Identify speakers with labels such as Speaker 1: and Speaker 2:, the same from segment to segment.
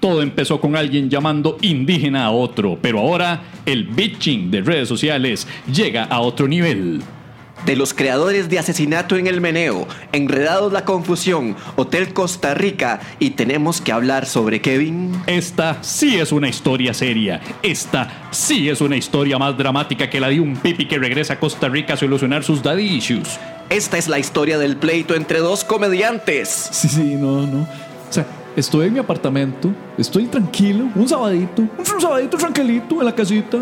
Speaker 1: Todo empezó con alguien llamando indígena a otro, pero ahora el bitching de redes sociales llega a otro nivel.
Speaker 2: De los creadores de Asesinato en el Meneo, Enredados la Confusión, Hotel Costa Rica y tenemos que hablar sobre Kevin.
Speaker 1: Esta sí es una historia seria. Esta sí es una historia más dramática que la de un pipi que regresa a Costa Rica a solucionar sus daddy issues.
Speaker 2: Esta es la historia del pleito entre dos comediantes.
Speaker 3: Sí, sí, no, no. O sea, estoy en mi apartamento, estoy tranquilo, un sabadito, un sabadito tranquilito en la casita.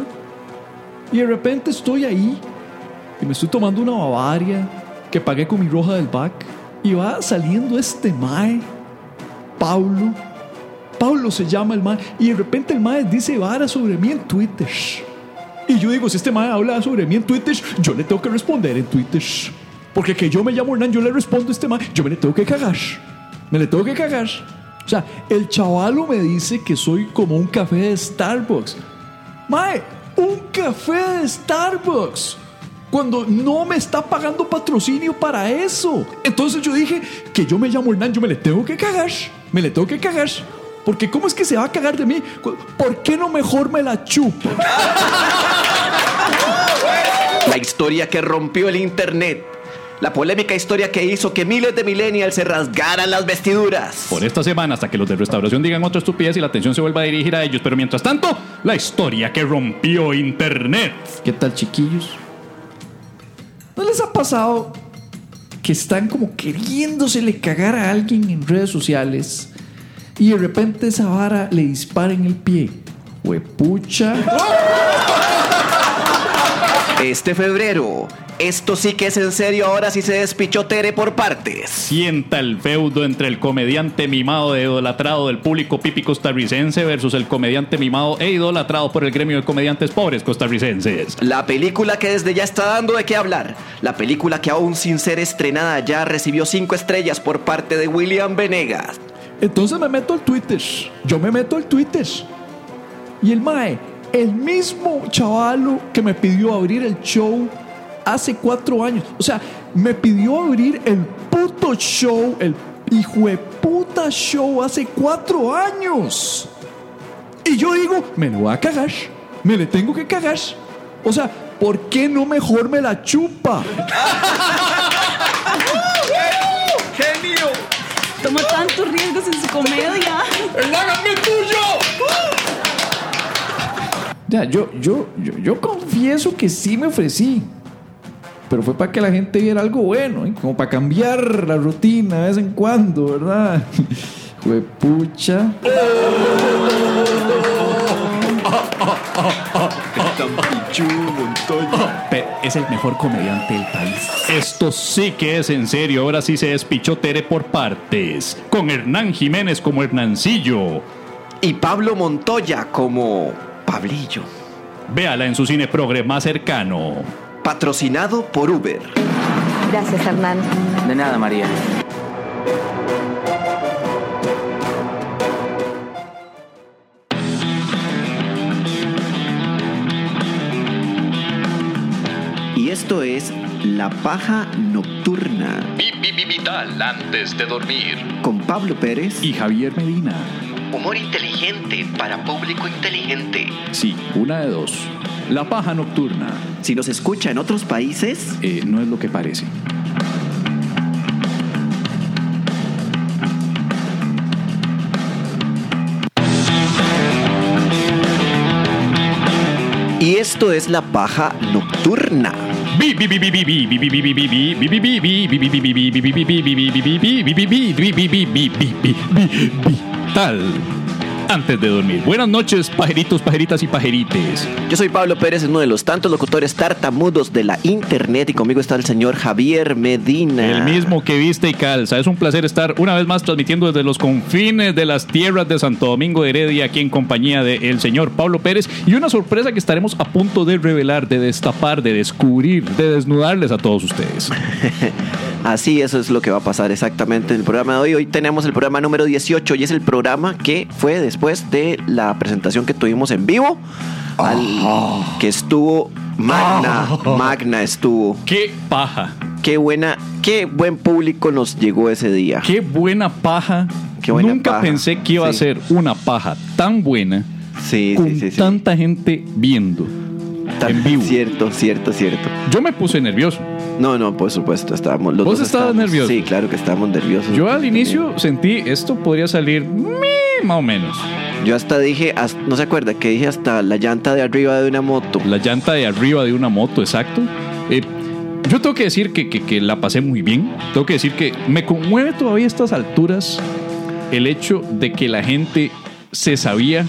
Speaker 3: Y de repente estoy ahí y me estoy tomando una Bavaria que pagué con mi roja del back y va saliendo este mae, Paulo. Paulo se llama el mae y de repente el mae dice vara sobre mí en Twitter. Y yo digo, si este mae habla sobre mí en Twitter, yo le tengo que responder en Twitter. Porque que yo me llamo Hernán, yo le respondo a este mae, yo me le tengo que cagar. Me le tengo que cagar. O sea, el chavalo me dice que soy como un café de Starbucks. Mae, un café de Starbucks cuando no me está pagando patrocinio para eso. Entonces yo dije que yo me llamo Hernán, yo me le tengo que cagar, me le tengo que cagar. Porque ¿cómo es que se va a cagar de mí? ¿Por qué no mejor me la chupo?
Speaker 2: La historia que rompió el internet. La polémica historia que hizo que miles de millennials se rasgaran las vestiduras.
Speaker 1: Por esta semana, hasta que los de restauración digan otra estupidez y la atención se vuelva a dirigir a ellos. Pero mientras tanto, la historia que rompió Internet.
Speaker 3: ¿Qué tal, chiquillos? ¿No les ha pasado que están como queriéndosele cagar a alguien en redes sociales y de repente esa vara le dispara en el pie? Huepucha.
Speaker 2: Este febrero, esto sí que es en serio, ahora sí se despichó Tere por partes.
Speaker 1: Sienta el feudo entre el comediante mimado e idolatrado del público pipi costarricense versus el comediante mimado e idolatrado por el gremio de comediantes pobres costarricenses.
Speaker 2: La película que desde ya está dando de qué hablar, la película que aún sin ser estrenada ya recibió cinco estrellas por parte de William Venegas.
Speaker 3: Entonces me meto al Twitter. Yo me meto al Twitter. Y el Mae, el mismo chavalo que me pidió abrir el show hace cuatro años. O sea, me pidió abrir el puto show, el hijo de puta show hace cuatro años. Y yo digo, me lo voy a cagar. Me le tengo que cagar. O sea, ¿por qué no mejor me la chupa?
Speaker 4: ¡Genio! Tomó tantos riesgos en su comedia.
Speaker 3: Ya, yo, yo, yo, yo confieso que sí me ofrecí. Pero fue para que la gente viera algo bueno, ¿eh? como para cambiar la rutina de vez en cuando, ¿verdad? Juepucha.
Speaker 1: es el mejor comediante del país. Esto sí que es en serio. Ahora sí se despichó Tere por partes. Con Hernán Jiménez como Hernancillo.
Speaker 2: Y Pablo Montoya como Pablillo.
Speaker 1: Véala en su cine progre más cercano.
Speaker 2: Patrocinado por Uber.
Speaker 5: Gracias, Hernán.
Speaker 6: De nada, María.
Speaker 2: Y esto es La Paja Nocturna
Speaker 7: Pipi Vital antes de dormir.
Speaker 2: con Pablo Pérez.
Speaker 1: Y Javier Medina.
Speaker 2: humor inteligente para público inteligente.
Speaker 1: Sí, una de dos. La paja nocturna
Speaker 2: Si nos escucha en otros países,
Speaker 1: eh, no es lo que parece.
Speaker 2: y esto es La Paja Nocturna.
Speaker 1: Tal. Antes de dormir. Buenas noches, pajeritos, pajeritas y pajerites.
Speaker 2: Yo soy Pablo Pérez, uno de los tantos locutores tartamudos de la internet y conmigo está el señor Javier Medina.
Speaker 1: El mismo que viste y calza. Es un placer estar una vez más transmitiendo desde los confines de las tierras de Santo Domingo de Heredia, aquí en compañía del señor Pablo Pérez. Y una sorpresa que estaremos a punto de revelar, de destapar, de descubrir, de desnudarles a todos ustedes.
Speaker 2: Así, eso es lo que va a pasar exactamente en el programa de hoy. Hoy tenemos el programa número 18 y es el programa que fue después de la presentación que tuvimos en vivo, al-
Speaker 1: Ah.
Speaker 2: que estuvo Magna, Magna estuvo.
Speaker 1: ¡Qué paja!
Speaker 2: Qué buena, qué buen público nos llegó ese día.
Speaker 1: ¡Qué buena paja!
Speaker 2: qué buena
Speaker 1: Nunca
Speaker 2: paja.
Speaker 1: pensé que iba a
Speaker 2: Sí.
Speaker 1: ser una paja tan buena
Speaker 2: Sí,
Speaker 1: con
Speaker 2: sí, sí, sí.
Speaker 1: tanta gente viendo.
Speaker 2: Tan-
Speaker 1: en vivo.
Speaker 2: Cierto, cierto, cierto.
Speaker 1: Yo me puse nervioso.
Speaker 2: No, no, por supuesto, estábamos los
Speaker 1: ¿Vos
Speaker 2: dos
Speaker 1: estabas
Speaker 2: estábamos-
Speaker 1: nervioso?
Speaker 2: Sí, claro que estábamos nerviosos.
Speaker 1: Yo al inicio sentí esto podría salir meh, más o menos.
Speaker 2: Yo hasta dije, hasta- no se acuerda, que dije hasta la llanta de arriba de una moto.
Speaker 1: La llanta de arriba de una moto, exacto. Eh, yo tengo que decir que, que- que la pasé muy bien. Tengo que decir que me conmueve todavía a estas alturas el hecho de que la gente se sabía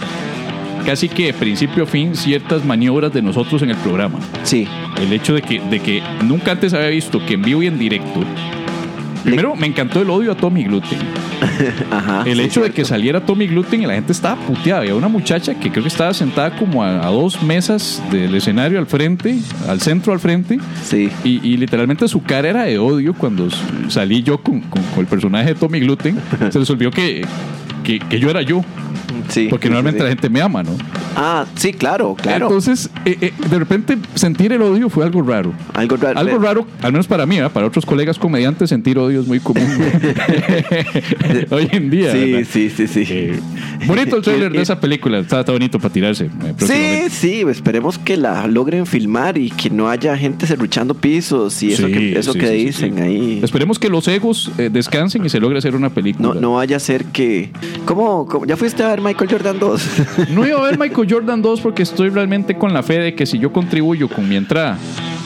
Speaker 1: casi que de principio a fin ciertas maniobras de nosotros en el programa.
Speaker 2: Sí.
Speaker 1: El hecho de que, de que nunca antes había visto que en vivo y en directo. Primero, me encantó el odio a Tommy Gluten.
Speaker 2: Ajá.
Speaker 1: El
Speaker 2: sí,
Speaker 1: hecho de que saliera Tommy Gluten y la gente estaba puteada. Había una muchacha que creo que estaba sentada como a, a dos mesas del escenario al frente, al centro al frente.
Speaker 2: Sí.
Speaker 1: Y, y literalmente su cara era de odio cuando s- salí yo con, con- con el personaje de Tommy Gluten. Se les olvidó que, que, que yo era yo.
Speaker 2: sí.
Speaker 1: Porque
Speaker 2: sí,
Speaker 1: normalmente
Speaker 2: sí.
Speaker 1: la gente me ama, ¿no?
Speaker 2: Ah, sí, claro, claro.
Speaker 1: Entonces, eh, eh, de repente sentir el odio fue algo raro.
Speaker 2: algo raro.
Speaker 1: Algo raro, al menos para mí, ¿verdad? para otros colegas comediantes, sentir odio es muy común. Hoy en día.
Speaker 2: Sí,
Speaker 1: ¿verdad?
Speaker 2: sí, sí, sí.
Speaker 1: Eh, bonito el trailer de esa película. Está, está bonito para tirarse. eh, próximamente.
Speaker 2: Sí, sí, esperemos que la logren filmar y que no haya gente serruchando pisos y eso
Speaker 1: Sí,
Speaker 2: que, eso
Speaker 1: sí,
Speaker 2: que
Speaker 1: sí, sí,
Speaker 2: dicen
Speaker 1: sí.
Speaker 2: ahí.
Speaker 1: Esperemos que los egos eh, descansen y se logre hacer una película.
Speaker 2: No, no vaya a ser que... ¿Cómo? ¿Cómo? ¿Ya fuiste a ver Michael Jordan 2?
Speaker 1: No iba a ver Michael Jordan 2 porque estoy realmente con la fe de que si yo contribuyo con mi entrada,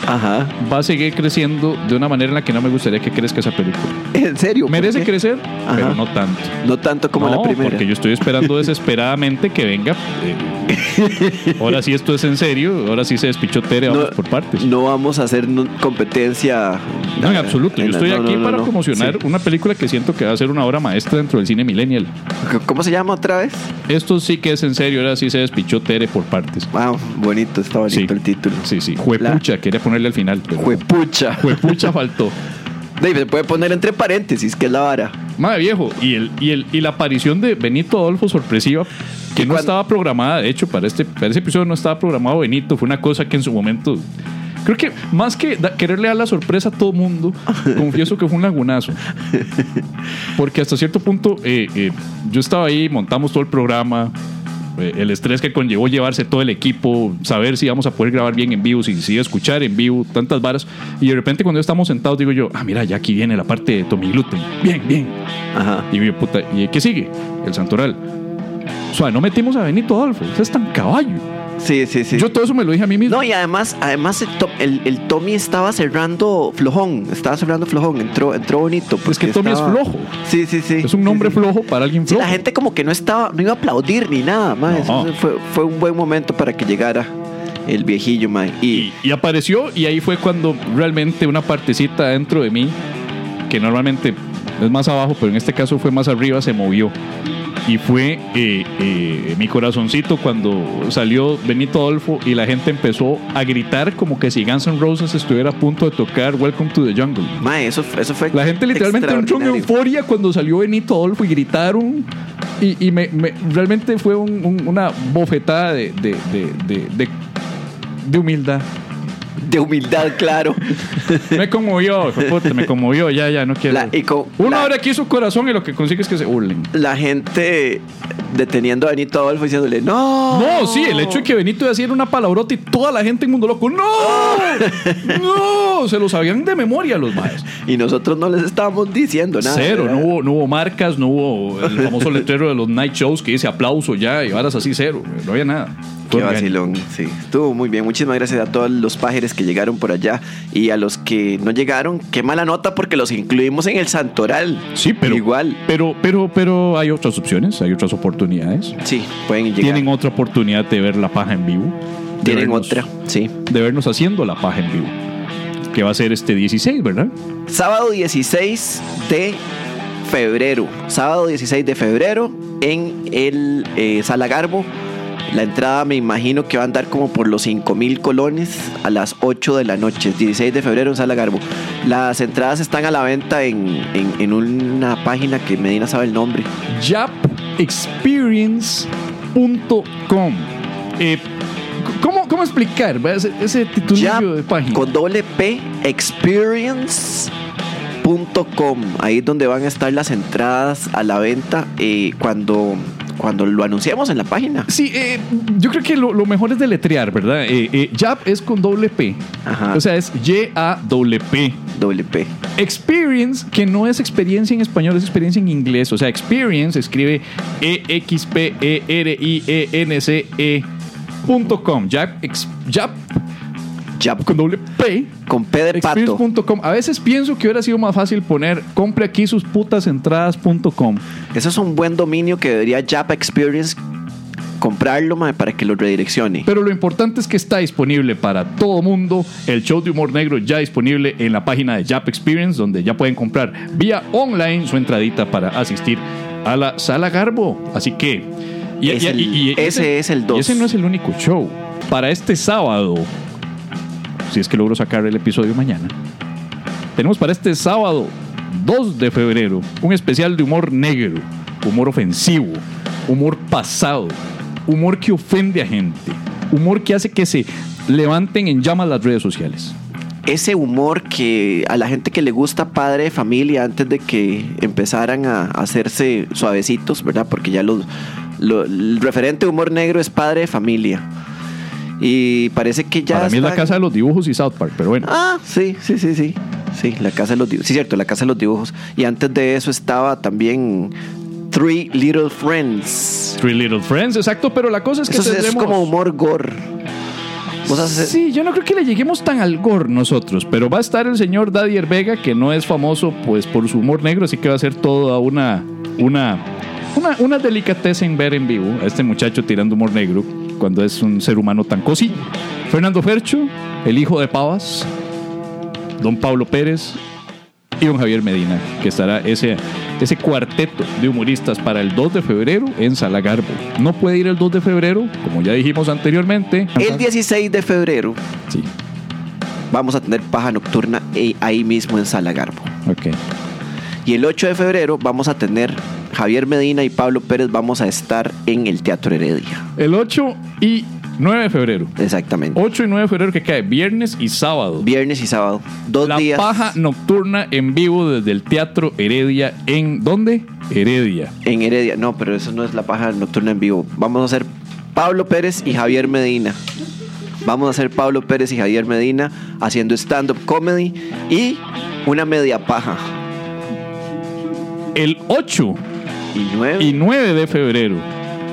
Speaker 2: Ajá.
Speaker 1: va a seguir creciendo de una manera en la que no me gustaría que crezca esa película.
Speaker 2: ¿En serio? ¿Por
Speaker 1: Merece
Speaker 2: qué?
Speaker 1: crecer,
Speaker 2: Ajá.
Speaker 1: pero no tanto.
Speaker 2: No tanto como
Speaker 1: no,
Speaker 2: la primera.
Speaker 1: Porque yo estoy esperando desesperadamente que venga. eh, ahora sí esto es en serio, ahora sí se despichó Tere, vamos por partes. No,
Speaker 2: No vamos a hacer nu- competencia.
Speaker 1: en absoluto. Yo
Speaker 2: la-
Speaker 1: estoy
Speaker 2: no, no,
Speaker 1: aquí
Speaker 2: no,
Speaker 1: para
Speaker 2: no.
Speaker 1: promocionar una película que siento que va a ser una obra maestra dentro del cine millennial.
Speaker 2: Sí. ¿Cómo se llama otra vez?
Speaker 1: Esto sí que es en serio, ahora sí se despichó Tere por partes.
Speaker 2: Wow, bonito, está bonito
Speaker 1: Sí.
Speaker 2: el título.
Speaker 1: Sí, sí. Juepucha, quería ponerle al final. pero no.
Speaker 2: Juepucha.
Speaker 1: Juepucha faltó.
Speaker 2: Dave, se puede poner entre paréntesis, que es la vara.
Speaker 1: Madre viejo. Y, el, y, el, y la aparición de Benito Adolfo sorpresiva, que
Speaker 2: Y
Speaker 1: no
Speaker 2: cuan-
Speaker 1: estaba programada, de hecho, para este, para ese episodio no estaba programado Benito. Fue una cosa que en su momento. Creo que más que da- quererle dar la sorpresa a todo mundo, confieso que fue un lagunazo. Porque hasta cierto punto eh, eh, yo estaba ahí, montamos todo el programa, eh, el estrés que conllevó llevarse todo el equipo, saber si íbamos a poder grabar bien en vivo, si si iba a escuchar en vivo, tantas varas. Y de repente cuando estamos sentados digo yo, ah, mira, ya aquí viene la parte de Tommy Gluten. Bien, bien.
Speaker 2: Ajá.
Speaker 1: Y yo, puta, ¿y qué sigue? El Santoral. O sea, no metimos a Benito Adolfo, ese es tan caballo.
Speaker 2: Sí, sí, sí.
Speaker 1: Yo todo eso me lo dije a mí mismo.
Speaker 2: No, y además, además el, Tom- el- el Tommy estaba cerrando flojón. Estaba cerrando flojón. Entró, entró bonito.
Speaker 1: Es que
Speaker 2: porque
Speaker 1: Tommy es
Speaker 2: estaba-
Speaker 1: flojo.
Speaker 2: Sí, sí, sí.
Speaker 1: es un
Speaker 2: Sí,
Speaker 1: nombre
Speaker 2: sí.
Speaker 1: flojo para alguien
Speaker 2: Sí,
Speaker 1: flojo.
Speaker 2: la gente como que no estaba, no iba a aplaudir ni nada, ma. Eso
Speaker 1: No.
Speaker 2: fue, fue un buen momento para que llegara el viejillo, ma.
Speaker 1: y,
Speaker 2: Y,
Speaker 1: y apareció y ahí fue cuando realmente una partecita dentro de mí, que normalmente es más abajo, pero en este caso fue más arriba, se movió. Y fue eh, eh, mi corazoncito cuando salió Benito Adolfo y la gente empezó a gritar como que si Guns N' Roses estuviera a punto de tocar Welcome to the Jungle.
Speaker 2: ma, eso, eso fue.
Speaker 1: La gente literalmente entró en
Speaker 2: extraordinario.
Speaker 1: euforia cuando salió Benito Adolfo y gritaron. Y, y me, me- realmente fue un- un- una bofetada de, de- de- de- de- de humildad.
Speaker 2: De humildad, claro.
Speaker 1: Me conmovió, hijo de puta, me conmovió, ya, ya, no quiero.
Speaker 2: La- y con-
Speaker 1: Uno
Speaker 2: la-
Speaker 1: abre aquí su corazón y lo que consigue es que se burlen.
Speaker 2: La gente deteniendo a Benito Adolfo diciéndole, no.
Speaker 1: No, sí, el hecho de que Benito decía una palabrota y toda la gente en Mundo Loco, ¡no! ¡No! Se lo sabían de memoria los maestros.
Speaker 2: Y nosotros no les estábamos diciendo nada.
Speaker 1: Pues Cero,
Speaker 2: ¿verdad?
Speaker 1: no hubo, no hubo marcas, no hubo el famoso letrero de los night shows que dice aplauso ya y varas así, cero. No había nada. Fue
Speaker 2: Qué
Speaker 1: orgánico.
Speaker 2: vacilón, sí. Estuvo muy bien. Muchísimas gracias a todos los pájaros que llegaron por allá y a los que no llegaron. Qué mala nota porque los incluimos en el Santoral.
Speaker 1: Sí, pero.
Speaker 2: Igual.
Speaker 1: Pero, pero, pero hay otras opciones, hay otras oportunidades.
Speaker 2: Sí, pueden llegar.
Speaker 1: Tienen otra oportunidad de ver la paja en vivo. de
Speaker 2: Tienen
Speaker 1: vernos-
Speaker 2: otra, sí.
Speaker 1: de vernos haciendo la paja en vivo. Que va a ser este 16, ¿verdad?
Speaker 2: Sábado 16 de febrero. Sábado 16 de febrero en el eh, Sala Garbo. La entrada me imagino que va a andar como por los 5 mil colones a las 8 de la noche. 16 de febrero en Sala Garbo. Las entradas están a la venta en, en- en una página que Medina sabe el nombre.
Speaker 1: Japexperience.com. Eh, ¿cómo, ¿Cómo explicar va? ese, ese titulillo
Speaker 2: Yap,
Speaker 1: de página?
Speaker 2: con doble P experience.com. ticketmaster.com. Ahí es donde van a estar las entradas a la venta eh, cuando, cuando lo anunciemos en la página.
Speaker 1: Sí, eh, yo creo que lo, lo mejor es deletrear, ¿verdad? Eh, eh, YAP es con doble P.
Speaker 2: Ajá.
Speaker 1: O sea, es Y-A-W-P.
Speaker 2: WP.
Speaker 1: Experience, que no es experiencia en español, es experiencia en inglés. O sea, experience escribe E E-X-P-E-R-I-E-N-C-E E punto com. Yap, ex- yap
Speaker 2: Ya
Speaker 1: con doble P.
Speaker 2: con P de pato.
Speaker 1: Experience.com. A veces pienso que hubiera sido más fácil poner compre aquí sus putas entradas.com.
Speaker 2: Eso es un buen dominio que debería Jap Experience comprarlo mae, para que lo redireccione.
Speaker 1: Pero lo importante es que está disponible para todo mundo. El show de humor negro ya disponible en la página de Jap Experience, donde ya pueden comprar vía online su entradita para asistir a la sala Garbo. Así que.
Speaker 2: Es el- ese es el dos.
Speaker 1: y Ese no es el único show. Para este sábado, si es que logro sacar el episodio mañana, tenemos para este sábado 2 de febrero un especial de humor negro, humor ofensivo, humor pasado, humor que ofende a gente, humor que hace que se levanten en llamas las redes sociales.
Speaker 2: Ese humor que a la gente que le gusta padre de familia antes de que empezaran a hacerse suavecitos, ¿verdad? Porque ya los, lo- el referente humor negro es padre de familia. Y parece que ya.
Speaker 1: Para mí es la
Speaker 2: están-
Speaker 1: casa de los dibujos y South Park, pero bueno.
Speaker 2: Ah, sí, sí, sí, sí. Sí, la casa de los dibujos. Sí, cierto, la casa de los dibujos. Y antes de eso estaba también Three Little Friends.
Speaker 1: Three Little Friends, exacto, pero la cosa es que
Speaker 2: Eso es- es
Speaker 1: tendremos-
Speaker 2: como humor gore. Vos haces-
Speaker 1: Sí, yo no creo que le lleguemos tan al gore nosotros, pero va a estar el señor Dadier Vega, que no es famoso pues por su humor negro, así que va a ser toda una una una, una delicatez en ver en vivo a este muchacho tirando humor negro cuando es un ser humano tan cosi. Fernando Fercho, el hijo de Pavas, don Pablo Pérez y don Javier Medina, que estará ese, ese cuarteto de humoristas para el 2 de febrero en Sala Garbo. No puede ir el 2 de febrero, como ya dijimos anteriormente.
Speaker 2: El 16 de febrero
Speaker 1: Sí,
Speaker 2: vamos a tener paja nocturna eh, ahí mismo en Sala Garbo.
Speaker 1: ok.
Speaker 2: Y el 8 de febrero vamos a tener Javier Medina y Pablo Pérez vamos a estar en el Teatro Heredia.
Speaker 1: El 8 y 9 de febrero.
Speaker 2: Exactamente.
Speaker 1: 8 y 9 de febrero que cae viernes y sábado.
Speaker 2: Viernes y sábado. Dos
Speaker 1: La
Speaker 2: días
Speaker 1: paja nocturna en vivo desde el Teatro Heredia en ¿dónde? Heredia.
Speaker 2: en Heredia. No, pero eso no es la paja nocturna en vivo. Vamos a hacer Pablo Pérez y Javier Medina. Vamos a hacer Pablo Pérez y Javier Medina haciendo stand-up comedy y una media paja.
Speaker 1: El 8
Speaker 2: Y nueve.
Speaker 1: y 9 de febrero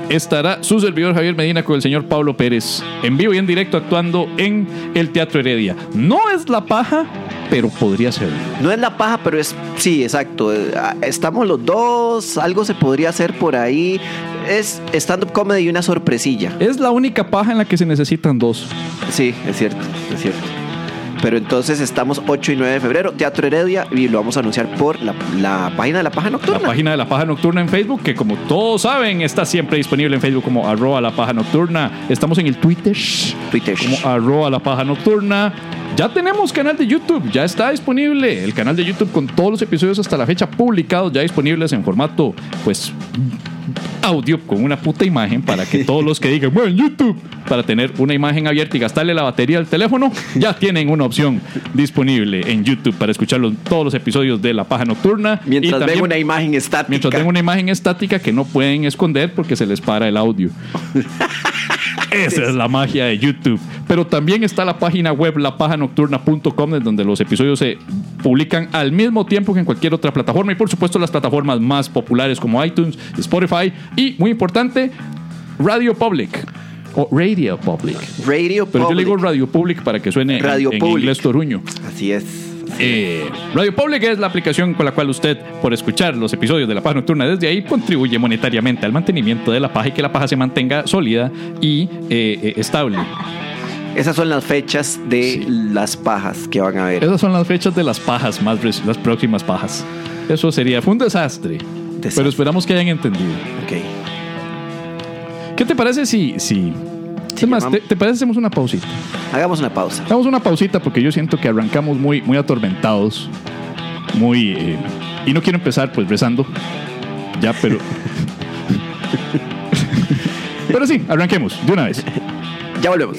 Speaker 1: estará su servidor Javier Medina con el señor Pablo Pérez en vivo y en directo actuando en el Teatro Heredia. No es la paja, pero podría serlo.
Speaker 2: No es la paja, pero es. Sí, exacto. Eh, ah, Estamos los dos, algo se podría hacer por ahí. Es stand-up comedy y una sorpresilla.
Speaker 1: Es la única paja en la que se necesitan dos.
Speaker 2: Sí, es cierto, es cierto. Pero entonces estamos 8 y 9 de febrero, Teatro Heredia, y lo vamos a anunciar por la, la página de la paja
Speaker 1: La
Speaker 2: nocturna.
Speaker 1: página de La Paja Nocturna en Facebook, que como todos saben, está siempre disponible en Facebook como arroba La Paja Nocturna. Estamos en el Twitter
Speaker 2: Twitter.
Speaker 1: como arroba La Paja Nocturna. Ya tenemos canal de YouTube, ya está disponible el canal de YouTube con todos los episodios hasta la fecha publicados, ya disponibles en formato, pues, audio con una puta imagen para que todos los que digan, bueno, YouTube, para tener una imagen abierta y gastarle la batería al teléfono, ya tienen una opción disponible en YouTube para escuchar los- todos los episodios de La Paja Nocturna. Y
Speaker 2: Mientras
Speaker 1: también-
Speaker 2: ven una imagen estática.
Speaker 1: Mientras tengo una imagen estática que no pueden esconder porque se les para el audio. Esa es la magia de YouTube. Pero también está la página web lapajanocturna.com, en donde los episodios se publican al mismo tiempo que en cualquier otra plataforma. Y por supuesto, las plataformas más populares como iTunes, Spotify y, muy importante, Radio Public. O Radio Public.
Speaker 2: Radio
Speaker 1: Pero yo le digo
Speaker 2: Public.
Speaker 1: Radio Public para que suene en-
Speaker 2: Radio
Speaker 1: en,
Speaker 2: Public.
Speaker 1: inglés toruño.
Speaker 2: Así es.
Speaker 1: Eh, Radio Public es la aplicación con la cual usted, por escuchar los episodios de La Paja Nocturna desde ahí, contribuye monetariamente al mantenimiento de la paja y que la paja se mantenga sólida y eh, eh, estable.
Speaker 2: Esas son las fechas de
Speaker 1: Sí.
Speaker 2: las pajas que van a ver.
Speaker 1: Esas son las fechas de las pajas, más reci- las próximas pajas. Eso sería, fue un desastre,
Speaker 2: Desastre.
Speaker 1: pero esperamos que hayan entendido.
Speaker 2: Ok.
Speaker 1: ¿Qué te parece si... si
Speaker 2: Si
Speaker 1: es más,
Speaker 2: llamamos-
Speaker 1: ¿te, te parece si hacemos una pausita?
Speaker 2: Hagamos una pausa.
Speaker 1: Damos una pausita porque yo siento que arrancamos muy, muy atormentados, muy... eh, y no quiero empezar pues rezando, ya, pero... pero sí, arranquemos de una vez.
Speaker 2: Ya volvemos.